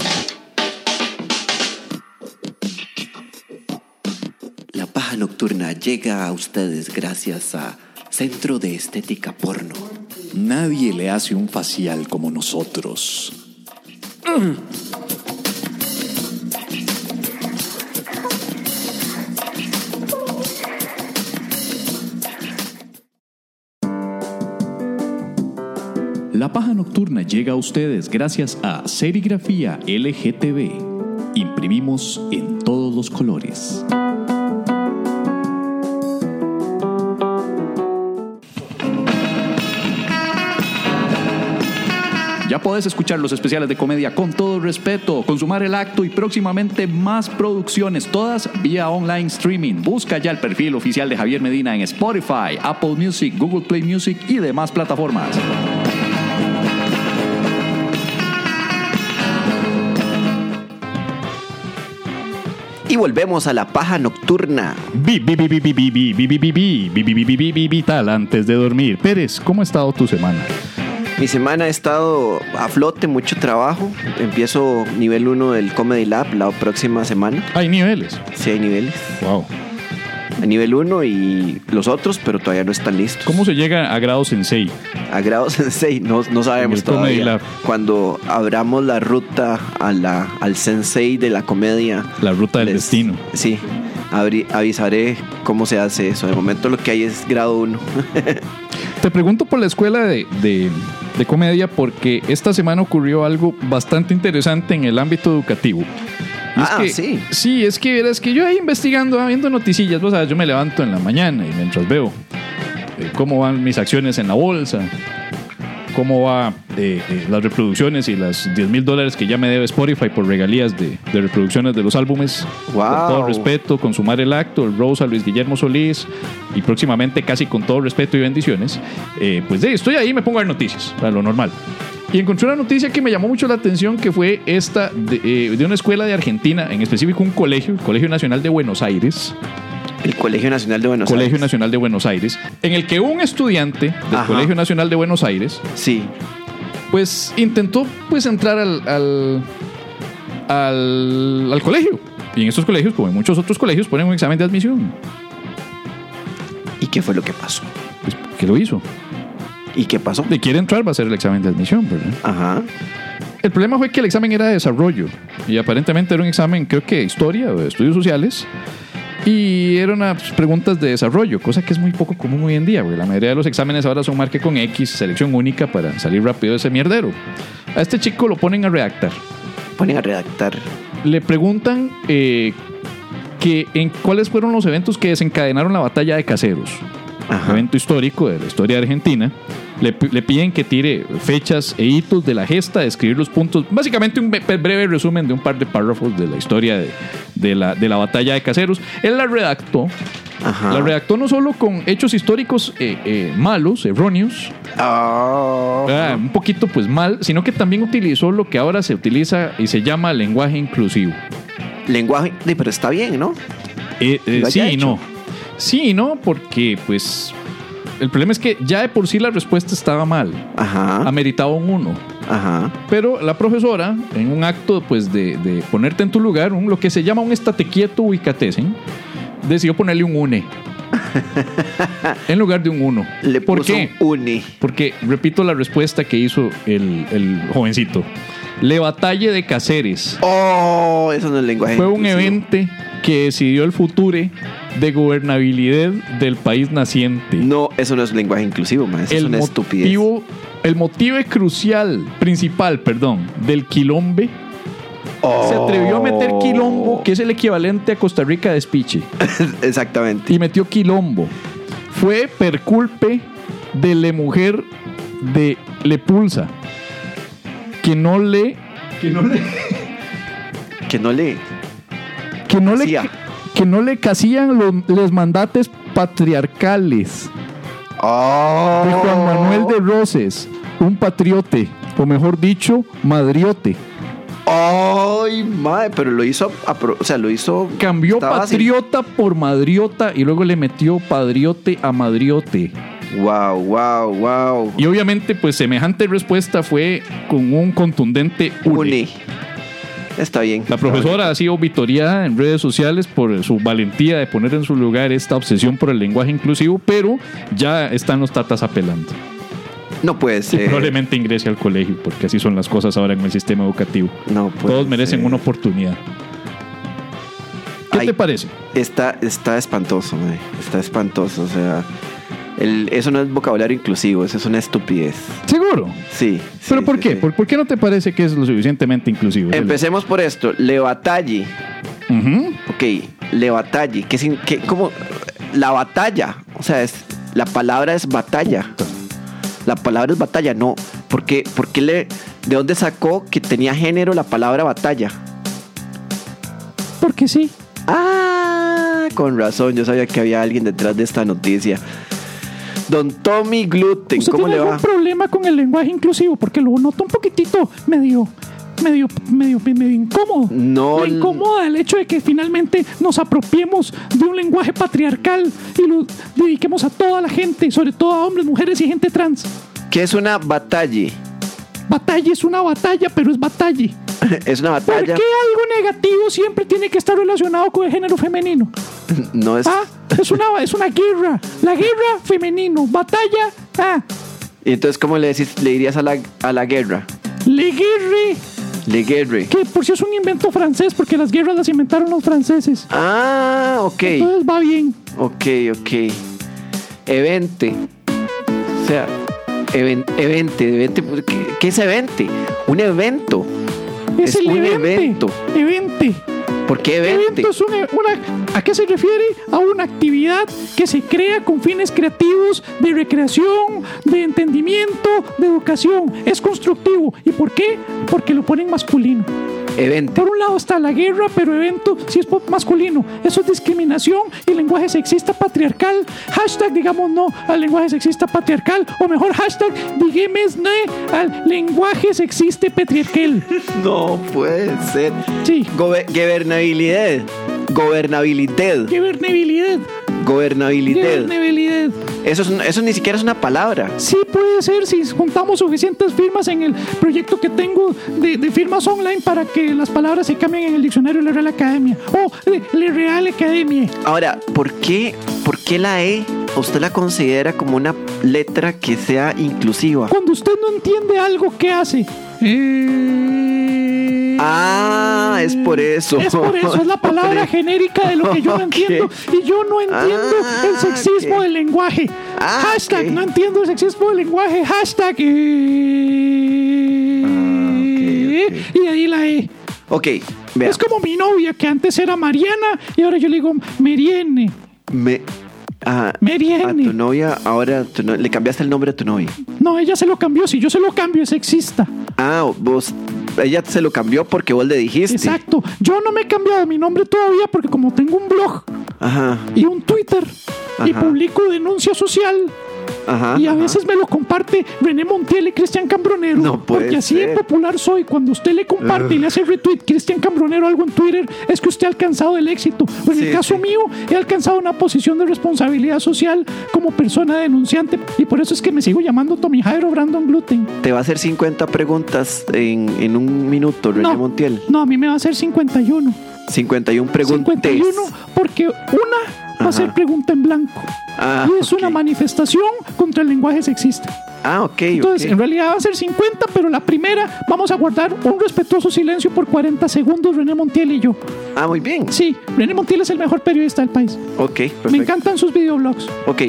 Speaker 2: La paja nocturna.
Speaker 6: Nocturna llega a ustedes gracias a Centro de Estética Porno.
Speaker 8: Nadie le hace un facial como nosotros. La paja nocturna llega a ustedes gracias a Serigrafía LGTB. Imprimimos en todos los colores.
Speaker 1: Ya podés escuchar los especiales de comedia con todo respeto, consumar el acto y próximamente más producciones, todas vía online streaming. Busca ya el perfil oficial de Javier Medina en Spotify, Apple Music, Google Play Music y demás plataformas.
Speaker 2: Y volvemos a la paja nocturna.
Speaker 1: Vi, vi, vi, vi, vi, vi, vi, vi, vi, vi, vi, vi, vi, vi, vi, vi, vi, vital antes de dormir. Pérez, ¿cómo ha estado tu semana?
Speaker 2: Mi semana ha estado a flote, mucho trabajo. Empiezo nivel 1 del Comedy Lab la próxima semana.
Speaker 1: Hay niveles.
Speaker 2: Si hay niveles.
Speaker 1: Wow.
Speaker 2: A nivel 1 y los otros, pero todavía no están listos.
Speaker 1: ¿Cómo se llega a grado sensei?
Speaker 2: A grado sensei, no, no sabemos
Speaker 1: En el Comedy
Speaker 2: todavía.
Speaker 1: Lab.
Speaker 2: Cuando abramos la ruta a la, al sensei de la comedia.
Speaker 1: La ruta del
Speaker 2: les-
Speaker 1: destino.
Speaker 2: Sí, abri- avisaré cómo se hace eso. De momento lo que hay es grado 1.
Speaker 1: Te pregunto por la escuela de, de- de comedia porque esta semana ocurrió algo bastante interesante en el ámbito educativo. Y
Speaker 2: Ah,
Speaker 1: que-
Speaker 2: sí.
Speaker 1: Sí, es que verás que yo ahí investigando, ah, viendo noticillas, vos sabes, yo me levanto en la mañana y mientras veo eh, cómo van mis acciones en la bolsa, cómo va eh, eh, las reproducciones y las 10 mil dólares que ya me debe Spotify por regalías de, de reproducciones de los álbumes.
Speaker 2: Wow.
Speaker 1: Con todo respeto, consumar el acto, el Rosa, Luis Guillermo Solís y próximamente casi con todo respeto y bendiciones. eh, pues de, estoy ahí y me pongo a ver noticias, a lo normal. Y encontré una noticia que me llamó mucho la atención, que fue esta de, eh, de una escuela de Argentina, en específico un colegio, el Colegio Nacional de Buenos Aires,
Speaker 2: El Colegio Nacional de Buenos
Speaker 1: Colegio
Speaker 2: Aires.
Speaker 1: Nacional de Buenos Aires, en el que un estudiante del
Speaker 2: Ajá.
Speaker 1: Colegio Nacional de Buenos Aires
Speaker 2: Sí.
Speaker 1: pues intentó pues entrar al al, al- al colegio. Y en estos colegios, como en muchos otros colegios, ponen un examen de admisión.
Speaker 2: ¿Y qué fue lo que pasó?
Speaker 1: Pues, ¿Qué lo hizo?
Speaker 2: ¿Y qué pasó?
Speaker 1: Le quiere entrar, va a hacer el examen de admisión, ¿verdad?
Speaker 2: Ajá.
Speaker 1: El problema fue que el examen era de desarrollo y aparentemente era un examen, creo que de historia o de estudios sociales. Y eran unas preguntas de desarrollo, cosa que es muy poco común hoy en día, porque la mayoría de los exámenes ahora son marque con X, selección única para salir rápido de ese mierdero. A este chico lo ponen a redactar.
Speaker 2: Ponen a redactar.
Speaker 1: le preguntan eh, que en cuáles fueron los eventos que desencadenaron la batalla de caseros.
Speaker 2: Ajá.
Speaker 1: Un evento histórico de la historia de Argentina. Le, pi- le piden que tire fechas e hitos de la gesta, describir los puntos. Básicamente un be- breve resumen de un par de párrafos de la historia de, de la, de la batalla de caseros. Él la redactó.
Speaker 2: Ajá.
Speaker 1: La redactó no solo con hechos históricos eh, eh, malos, erróneos,
Speaker 2: Ah.
Speaker 1: ah, un poquito pues mal, sino que también utilizó lo que ahora se utiliza y se llama lenguaje inclusivo.
Speaker 2: Lenguaje. Sí, pero está bien, ¿no?
Speaker 1: Eh, eh,
Speaker 2: Lo haya
Speaker 1: sí y
Speaker 2: hecho.
Speaker 1: no. Sí y no, porque pues el problema es que ya de por sí la respuesta estaba mal.
Speaker 2: Ajá.
Speaker 1: Ameritaba un uno.
Speaker 2: Ajá.
Speaker 1: Pero la profesora, en un acto pues de, de ponerte en tu lugar, un- lo que se llama un estate quieto ubicatesen, decidió ponerle un une. en lugar de un uno.
Speaker 2: Le
Speaker 1: ¿Por
Speaker 2: puso
Speaker 1: qué?
Speaker 2: un uni.
Speaker 1: Porque, repito la respuesta que hizo el, el jovencito. Le batalle de Caceres.
Speaker 2: Oh, eso no es lenguaje.
Speaker 1: Fue un
Speaker 2: inclusivo.
Speaker 1: evento que decidió el futuro de gobernabilidad del país naciente.
Speaker 2: No, eso no es lenguaje inclusivo, man. Eso es una estupidez.
Speaker 1: motivo, el motivo crucial, principal, perdón, del quilombe. Se atrevió a meter
Speaker 2: Oh.
Speaker 1: quilombo, que es el equivalente a Costa Rica de espiche,
Speaker 2: Exactamente.
Speaker 1: y metió quilombo. Fue per culpe de la mujer de Lepulsa, que no le que no le
Speaker 2: Que no le.
Speaker 1: que no le
Speaker 2: Hacía.
Speaker 1: que no le casían los, los mandates patriarcales
Speaker 2: Oh.
Speaker 1: de Juan Manuel de Roses, un patriote, o mejor dicho, madriote.
Speaker 2: Ay, madre, pero lo hizo. a pro- O sea, lo hizo.
Speaker 1: Cambió
Speaker 2: Está fácil.
Speaker 1: patriota por madriota y luego le metió padriote a madriote.
Speaker 2: Wow, wow, wow.
Speaker 1: Y obviamente, pues semejante respuesta fue con un contundente une.
Speaker 2: Uni. Está bien.
Speaker 1: La profesora ha sido vitoriada en redes sociales por su valentía de poner en su lugar esta obsesión por el lenguaje inclusivo, pero ya están los tatas apelando.
Speaker 2: No puede
Speaker 1: Sí,
Speaker 2: ser.
Speaker 1: probablemente ingrese al colegio, porque así son las cosas ahora en el sistema educativo.
Speaker 2: No puede
Speaker 1: Todos merecen
Speaker 2: ser.
Speaker 1: una oportunidad. ¿Qué
Speaker 2: Ay.
Speaker 1: te parece?
Speaker 2: Está, está espantoso, mae. Está espantoso. O sea, el- eso no es vocabulario inclusivo, eso es una estupidez.
Speaker 1: Seguro.
Speaker 2: Sí. sí,
Speaker 1: ¿Pero por
Speaker 2: sí,
Speaker 1: qué?
Speaker 2: sí.
Speaker 1: ¿Por, por qué no te parece que es lo suficientemente inclusivo?
Speaker 2: Empecemos por esto. Le batalle.
Speaker 1: Ujú.
Speaker 2: Ok, le batalle. ¿Qué, sin- qué, ¿Cómo? La batalla. O sea, es, la palabra es batalla. La palabra es batalla, no. ¿Por qué, por qué le, ¿De dónde sacó que tenía género la palabra batalla?
Speaker 1: Porque sí.
Speaker 2: Ah, con razón, yo sabía que había alguien detrás de esta noticia. Don Tommy Gluten,
Speaker 1: Usted
Speaker 2: ¿cómo
Speaker 1: tiene
Speaker 2: le va?
Speaker 1: algún problema con el lenguaje inclusivo, porque lo noto un poquitito medio, medio, medio, medio incómodo.
Speaker 2: No,
Speaker 1: Me incomoda el hecho de que finalmente nos apropiemos de un lenguaje patriarcal y lo dediquemos a toda la gente, sobre todo a hombres, mujeres y gente trans.
Speaker 2: ¿qué es una batalla?
Speaker 1: Batalla es una batalla, pero es batalla.
Speaker 2: Es una
Speaker 1: ¿Por
Speaker 2: batalla,
Speaker 1: qué algo negativo siempre tiene que estar relacionado con el género femenino?
Speaker 2: no es.
Speaker 1: Ah, es una, es una guerra. La guerra femenino. Batalla. Ah,
Speaker 2: Y entonces, ¿cómo le, decís, le dirías a la, a la guerra?
Speaker 1: le guerre.
Speaker 2: Le guerre.
Speaker 1: Que por si es un invento francés, porque las guerras las inventaron los franceses.
Speaker 2: Ah, ok,
Speaker 1: Entonces va bien.
Speaker 2: ok, ok. Evente. O sea, even- evente, evente. ¿Qué, qué es evente? Un evento.
Speaker 1: Es,
Speaker 2: Es
Speaker 1: el
Speaker 2: un
Speaker 1: evento.
Speaker 2: evento.
Speaker 1: Evente.
Speaker 2: ¿Por qué evente?
Speaker 1: Evento es un- e, una. ¿A qué se refiere? A una actividad que se crea con fines creativos, de recreación, de entendimiento, de educación. Es constructivo. ¿Y por qué? Porque lo ponen masculino.
Speaker 2: Evento.
Speaker 1: Por un lado está la guerra, pero evento si es pop masculino. Eso es discriminación y lenguaje sexista patriarcal. Hashtag digamos no al lenguaje sexista patriarcal. O mejor hashtag digamos no al lenguaje sexista patriarcal.
Speaker 2: No puede ser.
Speaker 1: Sí.
Speaker 2: Gobe- gobernabilidad. Gobernabilidad.
Speaker 1: Gobernabilidad.
Speaker 2: Gobernabilidad.
Speaker 1: Gobernabilidad.
Speaker 2: Eso, es un- eso ni siquiera es una palabra.
Speaker 1: Sí puede ser si juntamos suficientes firmas en el proyecto que tengo de, de firmas online para que las palabras se cambien en el diccionario de la Real Academia. O de la Real Academia.
Speaker 2: Ahora, ¿por qué, por qué la E usted la considera como una letra que sea inclusiva?
Speaker 1: Cuando usted no entiende algo, ¿qué hace?
Speaker 2: Eh, Ah, es por eso.
Speaker 1: Es por eso, es la palabra genérica de lo que yo no entiendo. Y yo no entiendo
Speaker 2: Ah,
Speaker 1: el sexismo
Speaker 2: ok.
Speaker 1: del lenguaje.
Speaker 2: Ah,
Speaker 1: Hashtag,
Speaker 2: ok.
Speaker 1: no entiendo el sexismo del lenguaje. Hashtag. eh,
Speaker 2: Ah,
Speaker 1: Y ahí la E.
Speaker 2: Ok, vea.
Speaker 1: Es como mi novia, que antes era Mariana y ahora yo le digo Meriene.
Speaker 2: Me, ah,
Speaker 1: Meriene.
Speaker 2: a tu novia, ahora tu no- le cambiaste el nombre a tu novia.
Speaker 1: No, ella se lo cambió. Si yo se lo cambio, es sexista.
Speaker 2: Ah, vos, ella se lo cambió porque vos le dijiste.
Speaker 1: Exacto. Yo no me he cambiado mi nombre todavía porque como tengo un blog
Speaker 2: Ajá,
Speaker 1: y un Twitter y
Speaker 2: Ajá.
Speaker 1: publico denuncia social,
Speaker 2: ajá.
Speaker 1: Y a
Speaker 2: ajá.
Speaker 1: veces me lo comparte René Montiel y Cristian Cambronero.
Speaker 2: No puede
Speaker 1: porque así de
Speaker 2: ser.
Speaker 1: popular soy. Cuando usted le comparte y le hace retweet Cristian Cambronero algo en Twitter, es que usted ha alcanzado el éxito. O en el
Speaker 2: Sí,
Speaker 1: caso
Speaker 2: sí.
Speaker 1: mío, he alcanzado una posición de responsabilidad social como persona denunciante. Y por eso es que me sigo llamando Tommy Jairo Brandon Gluten.
Speaker 2: Te va a hacer 50 preguntas en, en un minuto, René
Speaker 1: no,
Speaker 2: Montiel.
Speaker 1: no, a mí me va a hacer 51.
Speaker 2: 51 preguntas.
Speaker 1: 51, porque una va a ser
Speaker 2: Ajá.
Speaker 1: pregunta en blanco.
Speaker 2: Ah,
Speaker 1: y es una
Speaker 2: ok.
Speaker 1: manifestación contra el lenguaje sexista.
Speaker 2: Ah, ok.
Speaker 1: Entonces,
Speaker 2: ok.
Speaker 1: en realidad va a ser 50, pero la primera vamos a guardar un respetuoso silencio por 40 segundos, René Montiel y yo.
Speaker 2: Ah, muy bien.
Speaker 1: Sí, René Montiel es el mejor periodista del país.
Speaker 2: Ok, perfecto.
Speaker 1: Me encantan sus videoblogs.
Speaker 2: Ok,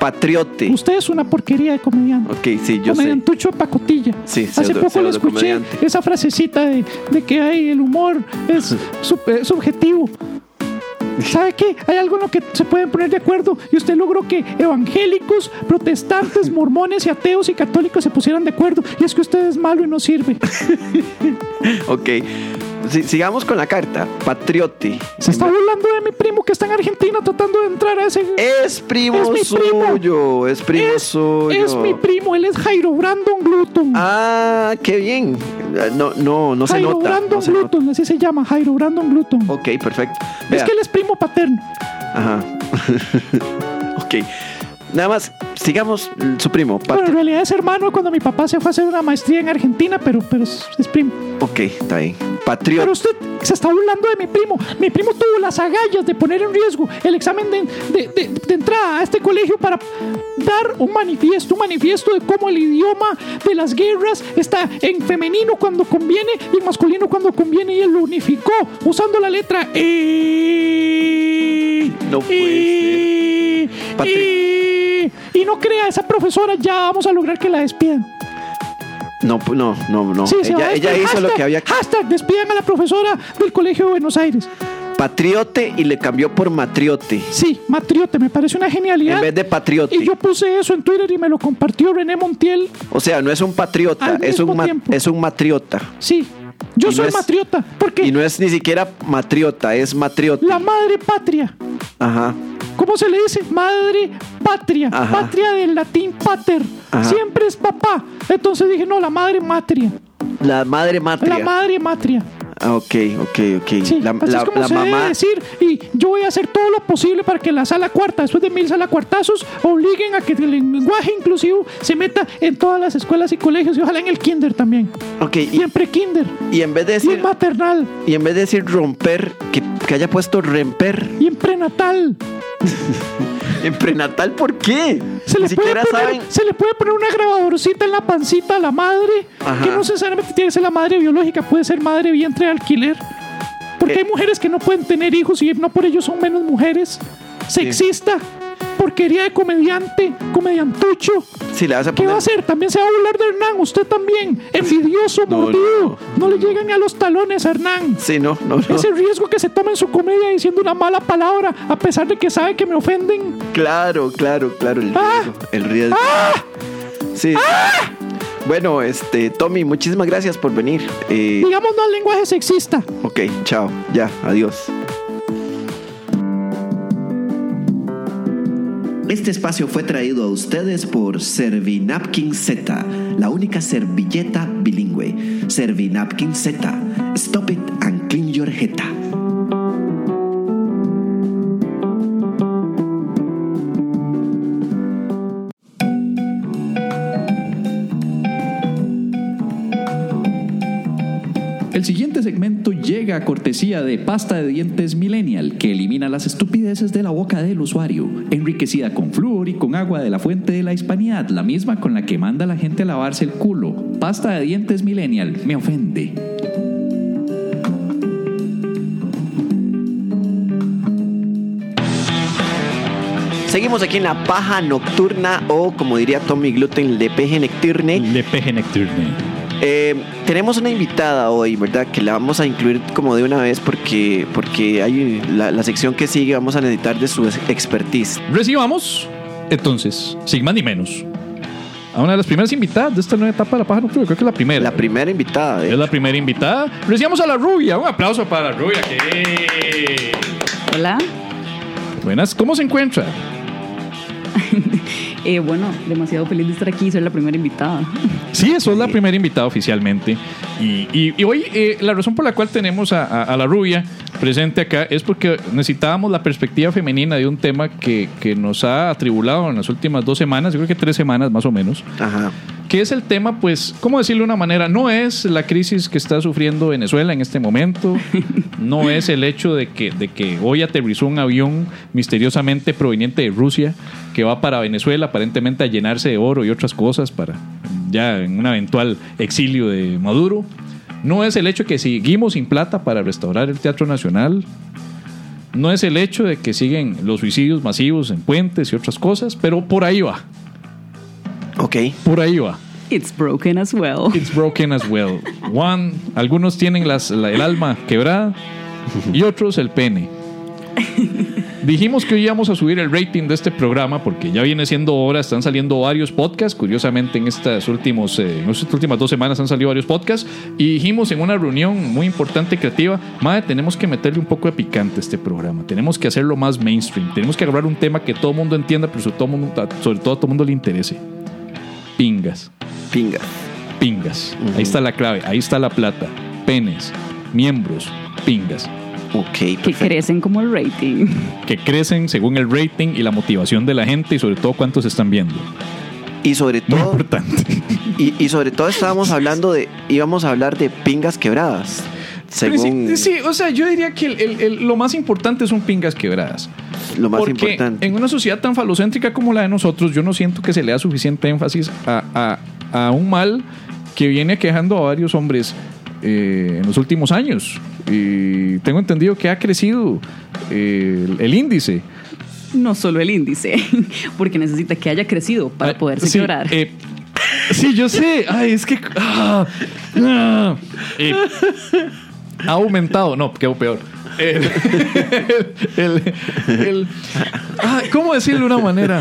Speaker 2: patriote.
Speaker 1: Usted es una porquería de comediante.
Speaker 2: Ok, sí, yo sé.
Speaker 1: Comediantucho de pacotilla.
Speaker 2: Sí,
Speaker 1: Hace poco
Speaker 2: pseudo-
Speaker 1: le
Speaker 2: pseudo
Speaker 1: escuché
Speaker 2: comediante.
Speaker 1: esa frasecita de, de que hay el humor es sub- eh, subjetivo. ¿Sabe qué? Hay algo en lo que se pueden poner de acuerdo y usted logró que evangélicos, protestantes, mormones y ateos y católicos se pusieran de acuerdo y es que usted es malo y no sirve.
Speaker 2: Ok. Sí, sigamos con la carta. Patriote.
Speaker 1: Se está burlando de mi primo que está en Argentina tratando de entrar a ese...
Speaker 2: Es primo
Speaker 1: Es mi primo.
Speaker 2: suyo. Es primo suyo.
Speaker 1: es mi primo, él es Jairo Brandon Glutton.
Speaker 2: Ah, qué bien. No, no, no se
Speaker 1: Jairo
Speaker 2: nota.
Speaker 1: Brandon
Speaker 2: No se nota.
Speaker 1: Glutton, así se llama, Jairo Brandon Glutton.
Speaker 2: Ok, perfecto.
Speaker 1: es
Speaker 2: Vea.
Speaker 1: que él es primo paterno.
Speaker 2: Ajá. ok. Nada más, sigamos mm, su primo. Pat-
Speaker 1: Bueno, en realidad es hermano cuando mi papá se fue a hacer una maestría en Argentina, pero, pero es, es primo.
Speaker 2: Ok, está bien. Patriota.
Speaker 9: usted se está burlando de mi primo. Mi primo tuvo las agallas de poner en riesgo el examen de, de- de- de entrada a este colegio para dar un manifiesto, un manifiesto de cómo el idioma de las guerras está en femenino cuando conviene y en masculino cuando conviene y él lo unificó usando la letra E.
Speaker 2: No puede
Speaker 9: E.
Speaker 2: ser. Patri-
Speaker 9: E. y no crea, esa profesora ya vamos a lograr que la despidan.
Speaker 2: No, pu- no, no, no.
Speaker 9: Sí, se va a
Speaker 2: ella ella
Speaker 9: despedir.
Speaker 2: hizo lo
Speaker 9: Hashtag-
Speaker 2: que había.
Speaker 9: Hashtag, despidan a la profesora del Colegio de Buenos Aires.
Speaker 2: Patriote y le cambió por matriote.
Speaker 9: Sí, Matriote, me parece una genialidad.
Speaker 2: En vez de patriote.
Speaker 9: Y yo puse eso en Twitter y me lo compartió René Montiel.
Speaker 2: O sea, no es un patriota,
Speaker 9: Al
Speaker 2: es
Speaker 9: mismo
Speaker 2: un, ma-
Speaker 9: tiempo.
Speaker 2: es un matriota.
Speaker 9: Sí, yo
Speaker 2: Y
Speaker 9: soy
Speaker 2: no es-
Speaker 9: matriota porque
Speaker 2: Y no es ni siquiera matriota, es matriota.
Speaker 9: la madre patria.
Speaker 2: Ajá.
Speaker 9: ¿Cómo se le dice? Madre patria.
Speaker 2: Ajá.
Speaker 9: Patria del latín pater.
Speaker 2: Ajá.
Speaker 9: Siempre es papá. Entonces dije, no, la madre matria.
Speaker 2: La madre matria.
Speaker 9: La madre matria.
Speaker 2: Ah, ok, ok, ok.
Speaker 9: Sí,
Speaker 2: la
Speaker 9: así
Speaker 2: la-
Speaker 9: es como
Speaker 2: la
Speaker 9: se debe
Speaker 2: mamá.
Speaker 9: decir. Y yo voy a hacer todo lo posible para que la sala cuarta, después de mil sala cuartazos, obliguen a que el lenguaje inclusivo se meta en todas las escuelas y colegios y ojalá en el kinder también.
Speaker 2: Ok,
Speaker 9: Y
Speaker 2: y,
Speaker 9: en pre-kinder.
Speaker 2: y en vez de
Speaker 9: Y en
Speaker 2: decir,
Speaker 9: maternal.
Speaker 2: y en vez de decir romper, que, que haya puesto romper.
Speaker 9: Y en prenatal.
Speaker 2: En prenatal, ¿por qué?
Speaker 9: Se
Speaker 2: Ni
Speaker 9: le, puede
Speaker 2: siquiera
Speaker 9: poner,
Speaker 2: saben.
Speaker 9: se le puede poner una grabadorcita en la pancita a la madre,
Speaker 2: Ajá.
Speaker 9: que no necesariamente tiene que ser la madre biológica, puede ser madre vientre de alquiler. Porque
Speaker 2: Eh.
Speaker 9: hay mujeres que no pueden tener hijos y no por ello son menos mujeres. Sexista, porquería de comediante, comediantucho.
Speaker 2: Si le vas a
Speaker 9: ¿Qué
Speaker 2: poner.
Speaker 9: va a hacer? También se va a burlar de Hernán, usted también. Envidioso,
Speaker 2: No,
Speaker 9: mordido. No, le llegan ni a los talones, Hernán.
Speaker 2: Sí, no, no, no.
Speaker 9: Ese riesgo que se toma en su comedia diciendo una mala palabra, a pesar de que sabe que me ofenden.
Speaker 2: Claro, claro, claro. El
Speaker 9: Ah.
Speaker 2: riesgo. El riesgo. Sí. Bueno, este, Tommy, muchísimas gracias por venir. Eh,
Speaker 9: Digamos no al lenguaje sexista.
Speaker 2: ok, chao. Ya, adiós.
Speaker 6: Este espacio fue traído a ustedes por Servinapkin Z, la única servilleta bilingüe. Servinapkin Z, stop it and clean your jeta.
Speaker 8: El siguiente segmento llega a cortesía de pasta de dientes Millennial, que elimina las estupideces de la boca del usuario, enriquecida con flúor y con agua de la fuente de la hispanidad, la misma con la que manda la gente a lavarse el culo. Pasta de dientes Millennial, me ofende.
Speaker 2: Seguimos aquí en la paja nocturna o como diría Tommy Gluten, le peje nocturne.
Speaker 1: Le peje nocturne.
Speaker 2: Eh, tenemos una invitada hoy, ¿verdad? Que la vamos a incluir como de una vez porque, porque hay la, la sección que sigue vamos a necesitar de su expertise.
Speaker 1: Recibamos, entonces, sin más ni menos, a una de las primeras invitadas de esta nueva etapa de la paja nocturna. Creo que es la primera.
Speaker 2: La primera invitada. ¿eh? de-
Speaker 1: es la primera invitada. Recibamos a la rubia. Un aplauso para la rubia. que-
Speaker 4: Hola.
Speaker 1: Buenas, ¿cómo se encuentra?
Speaker 4: Eh, bueno, demasiado feliz de estar aquí y ser la primera invitada.
Speaker 1: Sí, sos la primera invitada oficialmente. Y, y- y hoy eh, la razón por la cual tenemos a, a- a la rubia presente acá es porque necesitábamos la perspectiva femenina de un tema que, que nos ha atribulado en las últimas dos semanas, yo creo que tres semanas más o menos,
Speaker 2: Ajá.
Speaker 1: que es el tema, pues, ¿cómo decirlo de una manera? No es la crisis que está sufriendo Venezuela en este momento, no es el hecho de que, de que hoy aterrizó un avión misteriosamente proveniente de Rusia que va para Venezuela aparentemente a llenarse de oro y otras cosas para ya en un eventual exilio de Maduro. No es el hecho que seguimos sin plata para restaurar el Teatro Nacional, no es el hecho de que siguen los suicidios masivos en puentes y otras cosas, pero por ahí va,
Speaker 2: Ok.
Speaker 1: por ahí va.
Speaker 4: It's broken as well.
Speaker 1: It's broken as well. One, algunos tienen las, la- el alma quebrada y otros el pene. Dijimos que hoy íbamos a subir el rating de este programa porque ya viene siendo hora, están saliendo varios podcasts. Curiosamente, en estas, últimos, eh, en estas últimas dos semanas han salido varios podcasts. Y dijimos en una reunión muy importante y creativa: Madre, tenemos que meterle un poco de picante a este programa. Tenemos que hacerlo más mainstream. Tenemos que agarrar un tema que todo el mundo entienda, pero sobre todo, mundo, sobre todo a todo el mundo le interese. Pingas
Speaker 2: Pinga.
Speaker 1: pingas. Ahí está la clave, ahí está la plata. Penes, miembros, pingas,
Speaker 2: Ok.
Speaker 4: Que crecen como el rating.
Speaker 1: que crecen según el rating y la motivación de la gente y sobre todo cuántos están viendo.
Speaker 2: Y sobre
Speaker 1: Muy
Speaker 2: todo,
Speaker 1: importante.
Speaker 2: y, y sobre todo estábamos hablando de, íbamos a hablar de pingas quebradas. según
Speaker 1: Princi- Sí, o sea, yo diría que el- el- el- lo más importante son pingas quebradas.
Speaker 2: lo más
Speaker 1: Porque
Speaker 2: importante.
Speaker 1: en una sociedad tan falocéntrica como la de nosotros, yo no siento que se le da suficiente énfasis a, a- a un mal que viene quejando a varios hombres eh, en los últimos años. Y tengo entendido que ha crecido eh, el, el índice.
Speaker 4: No solo el índice, porque necesita que haya crecido para
Speaker 1: Ah,
Speaker 4: poderse
Speaker 1: sí,
Speaker 4: quebrar.
Speaker 1: eh, sí, yo sé. Ay, es que. ah, ah, eh, ha aumentado. No, quedó peor. El- el- el- ah, ¿Cómo decirlo de una manera?